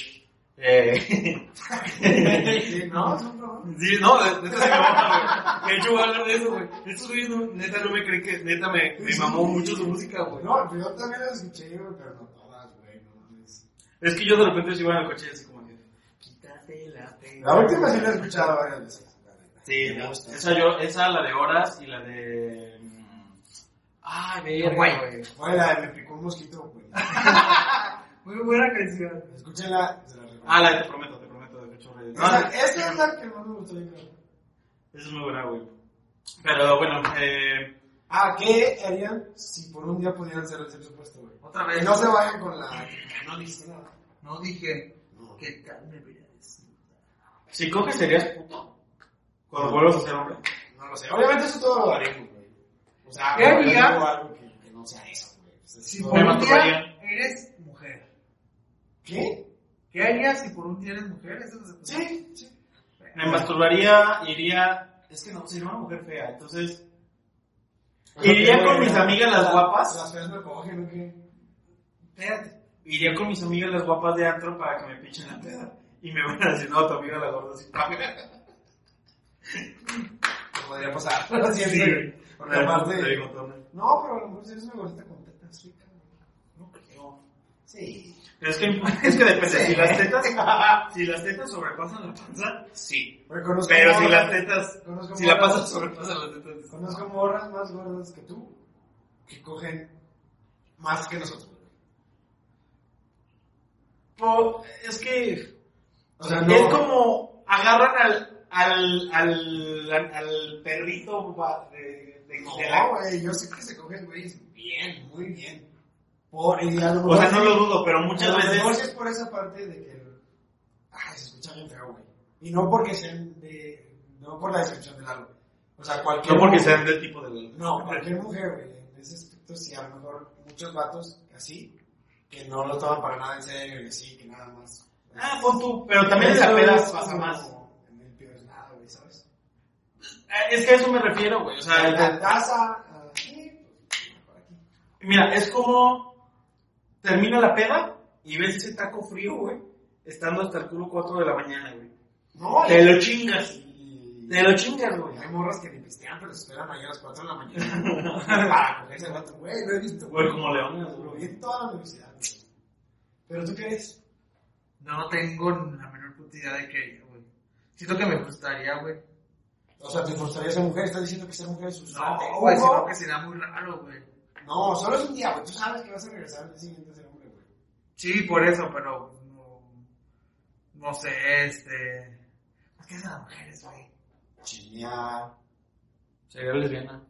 Speaker 5: Eh.
Speaker 6: Sí, no, es un problema.
Speaker 5: sí, no, de- neta se me mata, güey. De hecho, voy a hablar de eso, güey. Estos güeyes, no, neta, no me creen que, neta, me, me mamó mucho su música, güey.
Speaker 6: No, yo también lo escuché, güey, pero no todas, güey, no mames.
Speaker 5: Es que yo de repente sí iba en el coche y así como que, quítate la tela.
Speaker 6: La última sí la he escuchado varias veces. la neta.
Speaker 5: Sí,
Speaker 6: Me
Speaker 5: no,
Speaker 6: gusta.
Speaker 5: esa yo, esa, la de horas y la de... mm, Ay, verga,
Speaker 4: Guay.
Speaker 5: güey.
Speaker 6: Fue la de me picó un mosquito, güey.
Speaker 4: Muy buena canción.
Speaker 6: Escúchenla, se la recomiendo.
Speaker 5: Ah, la de Te Prometo, Te Prometo, de Fercho Reyes. No,
Speaker 6: Esa,
Speaker 5: la-
Speaker 6: esa es la que más me gustó, yo creo.
Speaker 5: Esa es muy buena, güey. Pero bueno, eh...
Speaker 6: Ah, ¿qué harían si por un día pudieran ser el sexo opuesto, güey?
Speaker 4: Otra
Speaker 6: Que
Speaker 4: vez.
Speaker 6: no se vayan con la...
Speaker 4: No dije nada. No dije que tal me vería decir.
Speaker 5: Si coges serías puto. Cuando vuelvas a ser hombre.
Speaker 6: No lo sé. Obviamente eso todo lo haremos, güey. O sea,
Speaker 4: ¿Qué
Speaker 6: pero
Speaker 4: haría?
Speaker 6: digo algo que, que no sea eso, güey. Pues es
Speaker 4: Si
Speaker 6: todo-
Speaker 4: por un día
Speaker 5: masturbaría.
Speaker 4: eres mujer.
Speaker 6: ¿Qué?
Speaker 4: ¿Qué harías si por un día eres mujer? Eso no se puede.
Speaker 6: Sí, sí.
Speaker 5: Me masturbaría, iría. Es que no, sería una mujer fea, entonces. Iría con mis amigas las guapas.
Speaker 6: Las feas me cogen, ¿o qué?
Speaker 4: Espérate.
Speaker 5: Iría con mis amigas las guapas de antro para que me pinchen la peda. Y me van a decir, no, tu amiga la gorda así.
Speaker 6: Te podría pasar. Lo siento. Porque aparte... No, pero a lo mejor si eres una gordita con tetas rica, güey. No creo. Sí.
Speaker 5: Es que, es que depende, si las tetas, si las tetas sobrepasan la panza, sí.
Speaker 6: Güey, conozco
Speaker 5: Pero si
Speaker 6: morras-
Speaker 5: las tetas,
Speaker 6: Conozco
Speaker 5: si la
Speaker 6: morras-
Speaker 5: pasas sobrepasan las tetas.
Speaker 6: Conozco morras más gordas que tú que cogen más que nosotros, güey.
Speaker 5: Po- es que
Speaker 6: O sea,
Speaker 5: es como agarran al al al al, al perrito va- de, de,
Speaker 6: No,
Speaker 5: de la
Speaker 6: güey, yo sé que se cogen güeyes bien, muy bien. Por, y a lo
Speaker 5: o sea no
Speaker 6: mejor sí-
Speaker 5: lo dudo pero
Speaker 6: a
Speaker 5: muchas
Speaker 6: lo mejor sí
Speaker 5: veces
Speaker 6: es por esa parte de que ay, se escucha bien feo, güey. Y no porque sean de no por la descripción del álbum. O sea, cualquier
Speaker 5: sean del tipo de
Speaker 6: no, cualquier mujer, güey, en ese aspecto sí a lo mejor muchos vatos así que no lo toman para nada en serio y así que nada más
Speaker 5: Ah, pon tú, pero también en la peda pasa más.
Speaker 6: En el peor es nada, güey, ¿sabes?
Speaker 5: Ah, Es que a eso me refiero, güey. O sea,
Speaker 6: La,
Speaker 5: el-
Speaker 6: la taza, aquí, pues, por aquí.
Speaker 5: Mira, es como termina la peda y ves ese taco frío, güey, estando hasta el culo 4 de la mañana, güey.
Speaker 6: No,
Speaker 5: Te
Speaker 6: y-
Speaker 5: lo chingas.
Speaker 6: y-
Speaker 5: Te lo chingas, güey.
Speaker 6: Hay morras que ni pistean, pero se esperan ahí a las 4 de la mañana. Para cogerse al vato, güey, lo he visto.
Speaker 5: Güey, como leones,
Speaker 6: Lo
Speaker 5: güey.
Speaker 6: vi en toda la universidad. güey. ¿Pero tú qué eres?
Speaker 3: No tengo la menor puta idea de qué haría, güey. Siento que me gustaría, güey.
Speaker 6: O sea, ¿te forzaría a ser mujer? ¿Estás diciendo que ser mujer es un
Speaker 3: No,
Speaker 6: arte?
Speaker 3: güey,
Speaker 6: Ojo.
Speaker 3: sino que sería muy raro, güey.
Speaker 6: No, solo es un día, güey. Tú sabes que vas a regresar al día siguiente a ser hombre, güey.
Speaker 3: Sí, por eso, pero no, no sé, este... ¿Por qué son las mujeres, güey?
Speaker 6: Chinga.
Speaker 5: Sería lesbiana.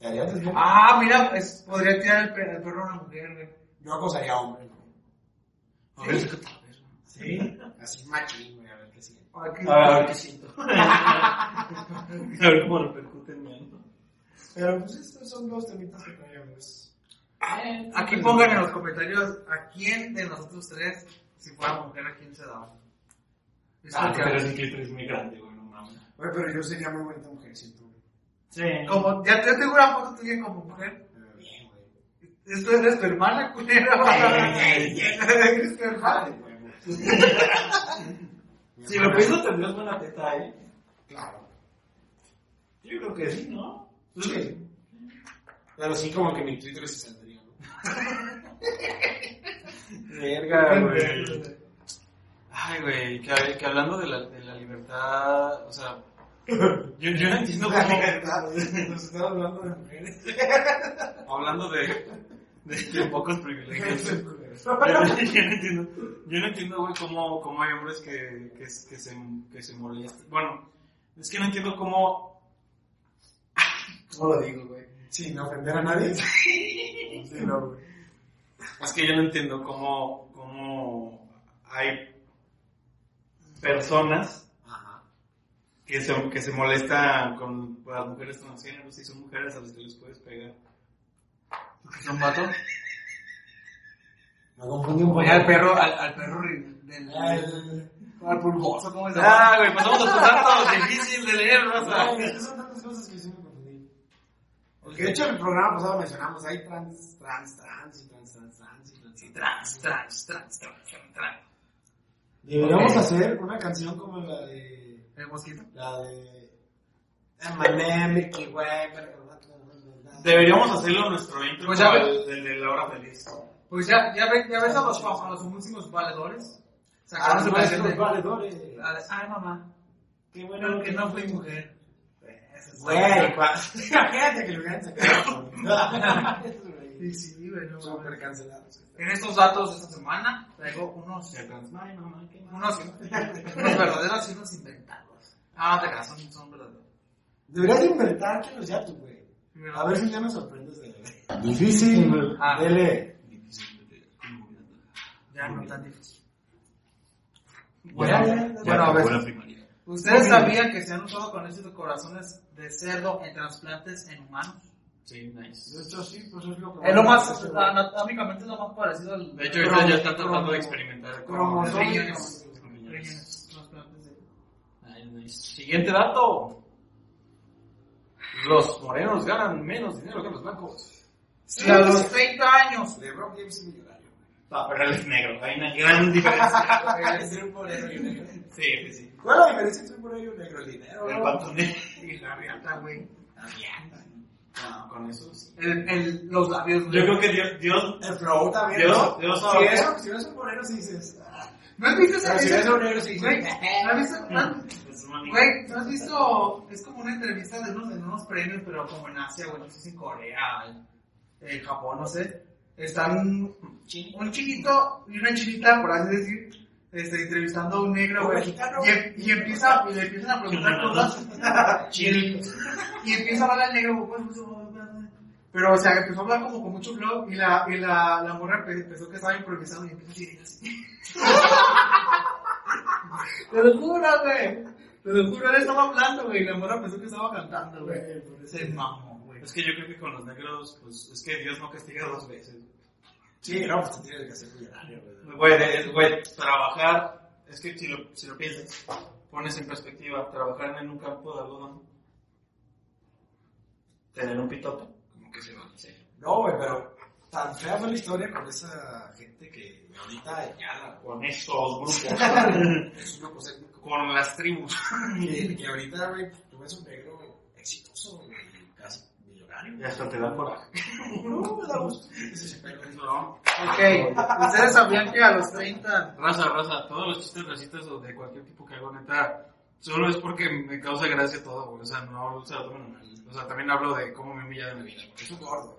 Speaker 6: ¿Te harías después?
Speaker 3: Ah, mira, pues podría tirar el, pe- el perro a una mujer, güey.
Speaker 6: Yo acosaría a hombre, güey.
Speaker 5: A ver,
Speaker 6: ¿Sí? Así machín, güey, a ver qué sigue.
Speaker 3: Ay, qué-
Speaker 5: a ver qué siento. a ver cómo repercute en mí. ¿no?
Speaker 6: Pero pues estos son dos temitas que traía, amigos.
Speaker 3: Aquí pongan en los comentarios a quién de nosotros tres, si fuera mujer, a quién se daba. Yo
Speaker 5: Ah,
Speaker 3: siento que-
Speaker 5: pero ese clip es muy grande, güey, no mames.
Speaker 6: Güey, pero yo sería muy bonita mujer, siento, güey.
Speaker 5: Sí.
Speaker 3: Como, ya te tengo una foto tuya como mujer.
Speaker 6: Pero bien, güey.
Speaker 3: Esto eres tu hermana, culera. Eres tu hermana.
Speaker 6: Güey, güey.
Speaker 5: Si lo pienso, tendrías buena teta, ¿eh?
Speaker 6: Claro.
Speaker 5: Yo creo que sí, ¿no?
Speaker 6: Sí. Pero sí como que mi Twitter se saldría, ¿no?
Speaker 5: Verga, güey. Ay, güey, que, que hablando de la, de la libertad, o sea, yo, yo no entiendo
Speaker 6: La
Speaker 5: cómo,
Speaker 6: libertad. Nos están hablando de mujeres.
Speaker 5: hablando de, de, de pocos privilegios, yo,
Speaker 6: Pero-
Speaker 5: yo no entiendo, yo no entiendo, güey, cómo, cómo hay hombres que, que, es- que se, que se molestan. Bueno, es que no entiendo cómo,
Speaker 6: ¿Cómo lo digo, güey? Sin ofender a nadie. Sí, no, güey.
Speaker 5: es que yo no entiendo cómo, cómo hay personas
Speaker 6: Ajá.
Speaker 5: que se, que se molesta con las mujeres transgénero, si son mujeres a las que les puedes pegar.
Speaker 3: ¿Son vato?
Speaker 6: Me confundí un poco.
Speaker 3: Oye, al perro, al, al perro ri- del...
Speaker 6: El-
Speaker 3: Al pulgoso, ¿cómo es?
Speaker 5: Ah, güey, pasamos a tu dato difícil de leer, raza.
Speaker 6: Ay, es que son tantas cosas que sí me confundí. Porque de hecho en el programa pasado mencionamos, hay trans, trans, trans, y trans, trans, trans, y trans, y
Speaker 3: Trans, trans, trans, trans, trans, trans.
Speaker 6: Deberíamos hacer una canción como la de...
Speaker 3: El mosquito.
Speaker 6: La de. Eminem, Milky Way, pero.
Speaker 5: Deberíamos hacerlo nuestro intro,
Speaker 3: Pues ya
Speaker 5: como
Speaker 3: ves.
Speaker 5: el del de la hora feliz.
Speaker 3: Pues ya, ya, ve, ya ves a los, a los músicos valedores.
Speaker 5: Ah,
Speaker 3: Sacaron su canción de...
Speaker 6: Ah, valedores.
Speaker 3: la de, Ay, mamá.
Speaker 6: Qué
Speaker 3: Bueno, que no fui mujer.
Speaker 6: Güey, cua- imagínate que lo hubieran sacado.
Speaker 3: Sí, sí, güey, no, güey.
Speaker 6: Súper cancelados.
Speaker 3: En estos datos de esta semana traigo unos,
Speaker 5: Ay, mamá, qué mal.
Speaker 3: unos, unos verdaderos y unos inventados. Ah, no te creas, son, son verdaderos.
Speaker 6: Deberías inventar que los ya tú, güey. A ver si ya me sorprendes de. Difícil.
Speaker 3: Ah.
Speaker 6: Dele.
Speaker 3: Ya no tan difícil.
Speaker 6: Bueno,
Speaker 3: Bueno, a ver.
Speaker 5: primaria.
Speaker 3: ¿Ustedes sabían que se han usado con éxito corazones de cerdo en trasplantes en humanos?
Speaker 5: Sí, nice.
Speaker 6: De hecho, sí, pues es lo que.
Speaker 3: Es lo más, anatómicamente es lo más parecido al...
Speaker 5: De hecho, ahorita ya está tratando de experimentar con...
Speaker 6: Cromos-
Speaker 3: riñones.
Speaker 5: con riñones.
Speaker 3: Riñones, trasplantes de...
Speaker 5: Ay, nice. Siguiente dato. Los morenos ganan menos dinero que los blancos.
Speaker 3: Sí, a los 30 años.
Speaker 6: LeBron James es millonario, güey.
Speaker 5: No, pero él es negro. Hay una gran diferencia. Sí, sí, sí.
Speaker 6: ¿Cuál es la diferencia entre un por y un negro? El dinero,
Speaker 5: El
Speaker 6: ¿no?
Speaker 5: pantonero.
Speaker 3: Y la riata, güey.
Speaker 5: No, con eso sí.
Speaker 3: El, el, los labios, güey.
Speaker 5: Yo creo que Dios, Dios,
Speaker 6: El flow también.
Speaker 5: Dios-
Speaker 6: ¿no?
Speaker 5: Dios
Speaker 6: si,
Speaker 5: sabe.
Speaker 6: es, si ves un bolero, sí dices. ah,
Speaker 3: ¿No has visto esa
Speaker 6: Pero si ves
Speaker 3: esa-
Speaker 6: un negro, sí
Speaker 3: Güey,
Speaker 6: dices.
Speaker 3: ¿no has
Speaker 6: Mm.
Speaker 3: visto? no has-
Speaker 5: es un amigo.
Speaker 3: Güey, ¿no has visto? Es como una entrevista de unos, de unos premios, pero como en Asia, güey, no sé si en Corea, en, en Japón, no sé. Están un chinito y una chinita, por así decir, este, entrevistando a un negro,
Speaker 6: Un
Speaker 3: güey.
Speaker 6: mexicano,
Speaker 3: Y, em- y empieza, y le empiezan a preguntar cosas. y, el- y empieza a hablar el negro, güey, pues, pues, pues, pues. pero o sea, empezó a hablar como con mucho blog y la, y la, la morra empe- empezó que estaba improvisando y empezó así, así. Te lo juro, güey. Te lo juro, él estaba hablando, güey. y La morra pensó que estaba cantando, güey. Se mamó, güey.
Speaker 5: Es que yo creo que con los negros, pues es que Dios no castiga dos veces.
Speaker 6: Sí, no, pues te tienes que hacer millonario, güey.
Speaker 5: Güey, de- güey, trabajar, es que si lo, si lo piensas, pones en perspectiva, trabajar en un campo de algodón, tener un pitoto,
Speaker 6: Como que se va. No, güey, pero tan fea fue la historia con esa gente que ahorita ya la
Speaker 5: con estos grupos,
Speaker 6: es un grupo étnico.
Speaker 5: con las tribus.
Speaker 6: Y, y ahorita, güey, tú ves un negro güey, exitoso, güey, y casi millonario.
Speaker 5: Y hasta te dan coraje.
Speaker 6: No, me da gusto. Ese se pega, eso no.
Speaker 3: Ok, ustedes sabían que a los 30.
Speaker 5: Raza, raza, todos los chistes racistas o de cualquier tipo que hago, neta, solo es porque me causa gracia todo, güey. O sea, no se lo tomen a mal. O sea, también hablo de cómo me humilla de mi vida, güey.
Speaker 6: Es un gordo.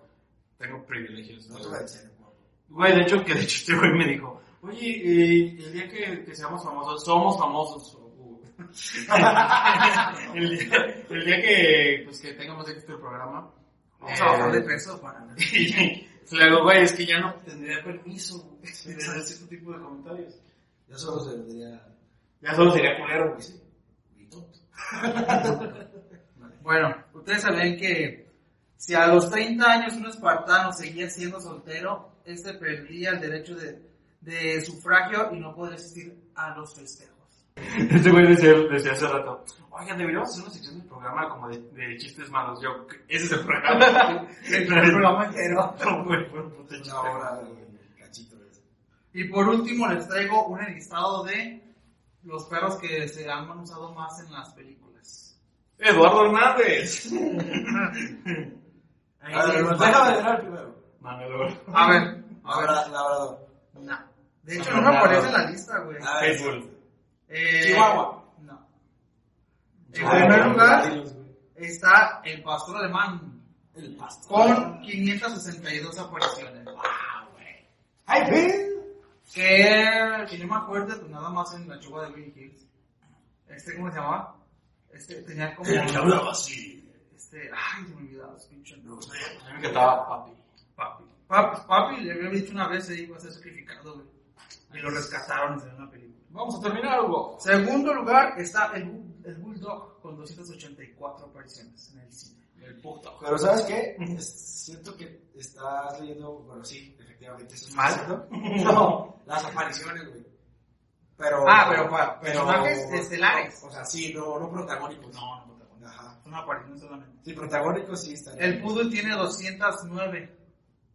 Speaker 5: Tengo privilegios.
Speaker 6: No
Speaker 5: ¿no?
Speaker 6: te voy a decir, un gordo.
Speaker 5: Güey, de hecho, que de hecho este güey me dijo, oye, eh, el día que, que seamos famosos, somos famosos. Hugo". el, día, el día que, pues, que tengamos éxito el programa.
Speaker 6: Vamos
Speaker 5: eh,
Speaker 6: a bajar de peso para
Speaker 5: y le digo, güey, es que ya no tendría permiso güey, de hacer ese tipo de comentarios.
Speaker 6: Yo solo se lo diría.
Speaker 5: Ya solo sería culero, güey. sí.
Speaker 6: "Mi tonto".
Speaker 3: Bueno, ustedes sabían que si a los 30 años un espartano seguía siendo soltero, este perdía el derecho de, de sufragio y no podía asistir a los festejos.
Speaker 5: Este güey decía, decía hace rato, oigan, deberíamos hacer una sección del programa como de, de chistes malos. Yo, ese es el programa. el programa entero. No, güey, fue un puto chiste.
Speaker 6: Una hora, güey, cachito ese.
Speaker 3: Y por último les traigo un listado de los perros que se han usado más en las películas.
Speaker 5: Eduardo Hernández.
Speaker 3: Ahí
Speaker 6: A ver, pues,
Speaker 3: sí,
Speaker 6: déjame dejar primero.
Speaker 5: Manuel.
Speaker 3: a ver, a ver.
Speaker 6: Ahora, labrador.
Speaker 3: No. De hecho, no me aparece en la lista, güey.
Speaker 5: Ah,
Speaker 6: A ver,
Speaker 5: Facebook.
Speaker 3: Eh,
Speaker 6: Chihuahua.
Speaker 3: No. En
Speaker 6: Chihuahua.
Speaker 3: primer lugar
Speaker 6: Dilos, güey.
Speaker 3: está el pastor alemán
Speaker 6: El pastor.
Speaker 3: con 562 apariciones.
Speaker 6: ¡Ay, güey!
Speaker 3: Que, que yo me acuerdo, pues nada más en la chuva de Green Hills. Este, ¿cómo se llamaba? Este, tenía como.
Speaker 6: El que hablaba así.
Speaker 3: Este, ay, se me olvidaba, su pinche nombre.
Speaker 5: A mí
Speaker 6: Me gusta llamar.
Speaker 5: me encantaba Papi.
Speaker 3: Papi. Papi, papi, le había dicho una vez se iba a ser sacrificado, güey. Y lo rescataron en una película.
Speaker 5: Vamos a terminar, Hugo.
Speaker 3: Segundo lugar está el, Bu- el Bulldog con 284 apariciones en el cine.
Speaker 5: El puto.
Speaker 6: Pero ¿sabes qué? Es- Siento que estás leyendo, bueno, sí, efectivamente, eso es
Speaker 3: ¿Mal?
Speaker 6: ¿no? No, las apariciones, güey. Pero,
Speaker 3: Ah, pero pa- personajes estelares.
Speaker 6: O sea, sí, no, no protagónicos.
Speaker 3: No, no, no, no.
Speaker 6: Ajá.
Speaker 3: Son apariciones solamente.
Speaker 6: Sí, protagónicos sí están.
Speaker 3: El Poodle tiene 209.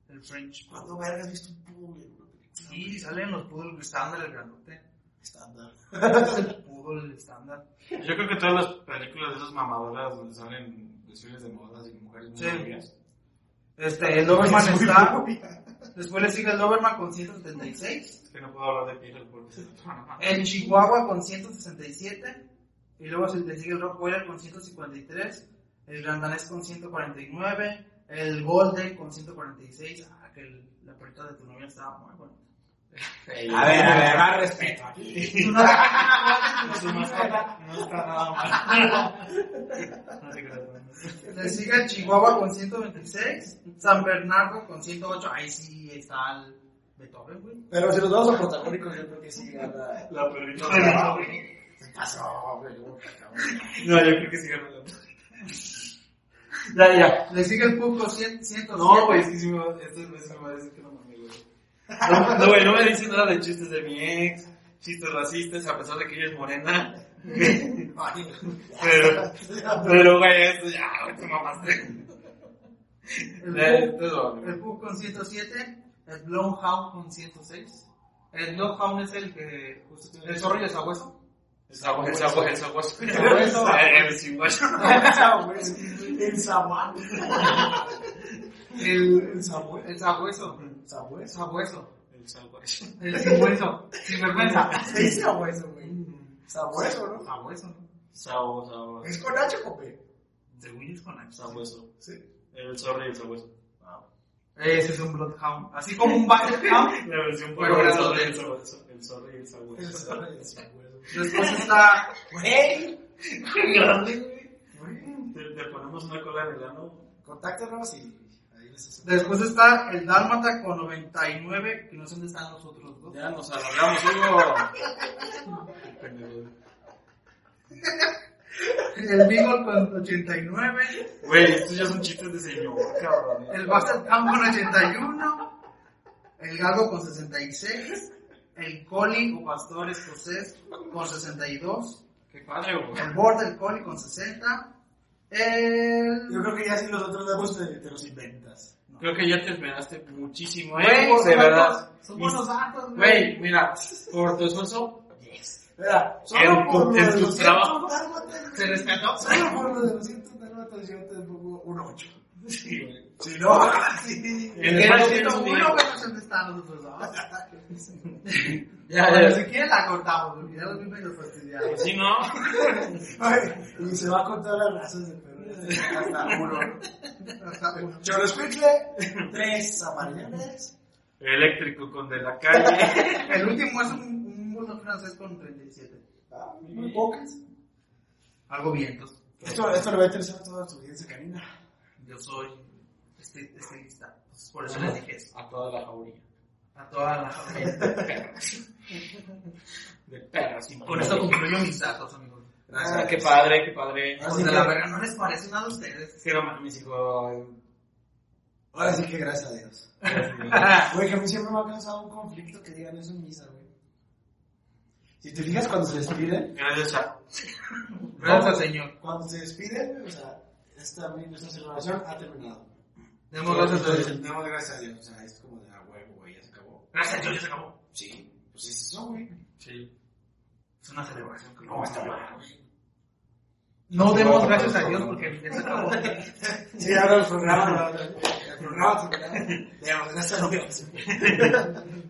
Speaker 3: El French.
Speaker 6: ¿Cuándo verga has visto un poodle? en una película?
Speaker 3: Sí, salen los Poodle estándar, el grandote.
Speaker 6: Estándar.
Speaker 3: El Poodle estándar.
Speaker 5: Yo creo que todas las películas de esas mamadoras donde salen desfiles de modas y mujeres muy
Speaker 3: Sí.
Speaker 5: novias.
Speaker 3: Este, el Doberman está.
Speaker 6: Muy bien.
Speaker 3: Después le sigue el Doberman con 176.
Speaker 5: Es que no puedo hablar de piel porque se me toma la mano.
Speaker 3: El Chihuahua con 167. Y luego se le sigue el Rockwell con 153. El Gran Danés con 149. El Golden con 146. Ah, que el- la perrita de tu novia estaba muy buena.
Speaker 6: A ver, a ver, más respeto aquí.
Speaker 3: Tu novia-
Speaker 5: Su mascota no está nada mal. No te creas.
Speaker 3: Le sigue el Chihuahua con 126. San Bernardo con 108. Ahí sí está el Beethoven, güey.
Speaker 6: Pero si los dos son protagónicos, yo creo que sí gana.
Speaker 5: La perrita.
Speaker 6: ¿Qué pasó, güey? ¿Cómo que acabó?
Speaker 5: No, yo creo que sí ganó la
Speaker 3: Ya, ya. Le sigue el Puc con 100, 107.
Speaker 5: No, güey, sí, sí, me va- esto es me va a decir que no mames, güey. No, no, güey, no me dice nada de chistes de mi ex, chistes racistas, a pesar de que ella es morena. Pero, pero, güey, esto ya, güey, te mamaste.
Speaker 3: El
Speaker 5: Ya,
Speaker 3: Puc-
Speaker 5: esto es lo-
Speaker 3: El Pug con 107, el Blomhound con 106. El Blomhound es el que. El zorro y el sabueso.
Speaker 5: El sagua- el sagua- el saguazo.
Speaker 6: sabueso.
Speaker 5: Eh, El chinguazo.
Speaker 6: En Samuel.
Speaker 3: El,
Speaker 6: En Samuel.
Speaker 3: el sabueso.
Speaker 6: Samuel.
Speaker 3: El sabueso.
Speaker 5: El
Speaker 3: El sabueso. Sin
Speaker 5: saguazo.
Speaker 3: vergüenza.
Speaker 6: Sí, Sabueso, güey. Sabueso, ¿no?
Speaker 3: Sabueso.
Speaker 5: Sabo, sabo.
Speaker 6: Es con H, cope.
Speaker 3: Según es con H.
Speaker 5: Sabueso.
Speaker 6: Sí.
Speaker 5: El zorro y el sabueso.
Speaker 3: Ese es un Bloodhound. Así como un Basset Hound.
Speaker 5: La versión
Speaker 3: Pero
Speaker 5: pobre
Speaker 3: grande.
Speaker 5: del zorro y el sabueso. El zorro y el
Speaker 6: El
Speaker 5: sabueso.
Speaker 6: zorro y el sabueso.
Speaker 3: Después está.
Speaker 6: Güey.
Speaker 5: Grande, güey. Te te ponemos una cola en el ano.
Speaker 6: Contáctanos y ahí les hacemos.
Speaker 3: Después está el Dálmata con 99, que no sé dónde están los otros dos.
Speaker 5: Ya nos alargamos, Hugo.
Speaker 3: El Beagle con 89.
Speaker 5: Güey, estos ya son chistes de señor, cabrón.
Speaker 3: El Basset Hound con 81. el galgo con 66, el collie o pastor escocés con 62,
Speaker 5: Qué padre, güey.
Speaker 3: el border collie con 60, el...
Speaker 6: Yo creo que ya si los otros datos te, te los inventas. ¿no?
Speaker 5: Creo que ya te esperaste muchísimo,
Speaker 3: Güey,
Speaker 5: eh. de
Speaker 3: son
Speaker 5: verdad.
Speaker 3: datos, Son buenos datos,
Speaker 5: Güey, mira, por tu esfuerzo,
Speaker 6: Mira,
Speaker 5: En
Speaker 6: solo por
Speaker 5: tu-
Speaker 6: lo
Speaker 5: en
Speaker 6: de
Speaker 5: tu
Speaker 6: los
Speaker 5: trabajo.
Speaker 6: 100 dálmatas,
Speaker 3: ¿Se rescató?
Speaker 6: Solo por lo de los 100 dálmatas yo te pongo un 8. Si no, sí.
Speaker 5: En
Speaker 3: Que no
Speaker 5: el más
Speaker 3: siento
Speaker 5: tienes un
Speaker 3: uno,
Speaker 5: día.
Speaker 3: güey, no sé dónde están los otros dos.
Speaker 5: Ya,
Speaker 3: Bueno,
Speaker 5: ya.
Speaker 3: si quieres la cortamos, porque ya los vi medio fastidiados.
Speaker 5: Si no,
Speaker 6: Ay, Y se va con todas las razas de perro.
Speaker 3: Hasta uno. Hasta uno.
Speaker 6: Cholo Squinkle, tres amarillas.
Speaker 5: eléctrico con de la calle.
Speaker 3: El último es un, un bulldog francés con 37.
Speaker 6: Ah, muy pocas.
Speaker 3: Algo vientos.
Speaker 6: Esto, esto le va a interesar a toda su audiencia canina.
Speaker 3: Yo soy este- estilista. Entonces, por eso les dije eso.
Speaker 5: A toda la jauría.
Speaker 3: A toda la familia.
Speaker 5: De perras y
Speaker 3: Con esto concluyo mis datos, amigos. Gracias.
Speaker 5: Ah, qué padre, qué padre.
Speaker 3: Hijos de la verga, ¿no les parece nada a ustedes?
Speaker 5: Sí, no mames, hijo.
Speaker 6: Ahora sí que gracias a Dios. Güey, que a mí siempre me ha causado un conflicto que digan eso en misa, güey. Si te fijas cuando se despiden,
Speaker 5: Gracias a.
Speaker 3: Gracias al Señor.
Speaker 6: cuando se despiden, o sea, esta, nuestra celebración ha terminado.
Speaker 3: Demos gracias a Dios.
Speaker 6: Damos gracias a Dios, o sea, es como de a huevo, güey, ya se acabó.
Speaker 3: Gracias a Dios, ya se acabó.
Speaker 6: Sí, pues es eso, güey.
Speaker 5: Sí.
Speaker 3: Es una celebración que no
Speaker 6: No, está mal, güey.
Speaker 3: No demos gracias a Dios porque ya se acabó.
Speaker 6: Sí, ahora el programa, el programa terminado. Le damos gracias a Dios.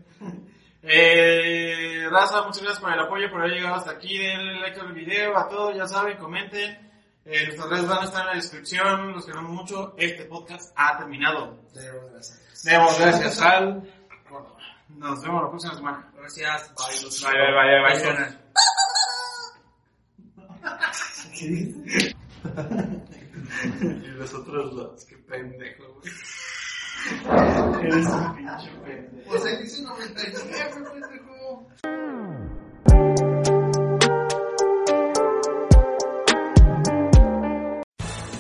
Speaker 5: Eh, Raza, muchas gracias por el apoyo, por haber llegado hasta aquí. Denle like al video, a todo, ya saben, comenten. Eh, nuestras redes van a estar en la descripción. Los queremos mucho. Este podcast ha terminado.
Speaker 6: Le damos gracias.
Speaker 5: Demos gracias al. Nos vemos la próxima semana.
Speaker 3: Gracias. Bye, los
Speaker 5: Bye, bye, bye, bye, bye.
Speaker 3: Buenas.
Speaker 5: Y los otros dos, qué pendejo, güey. Eres un pinche pendejo.
Speaker 3: Pues ahí dice 99, pendejo.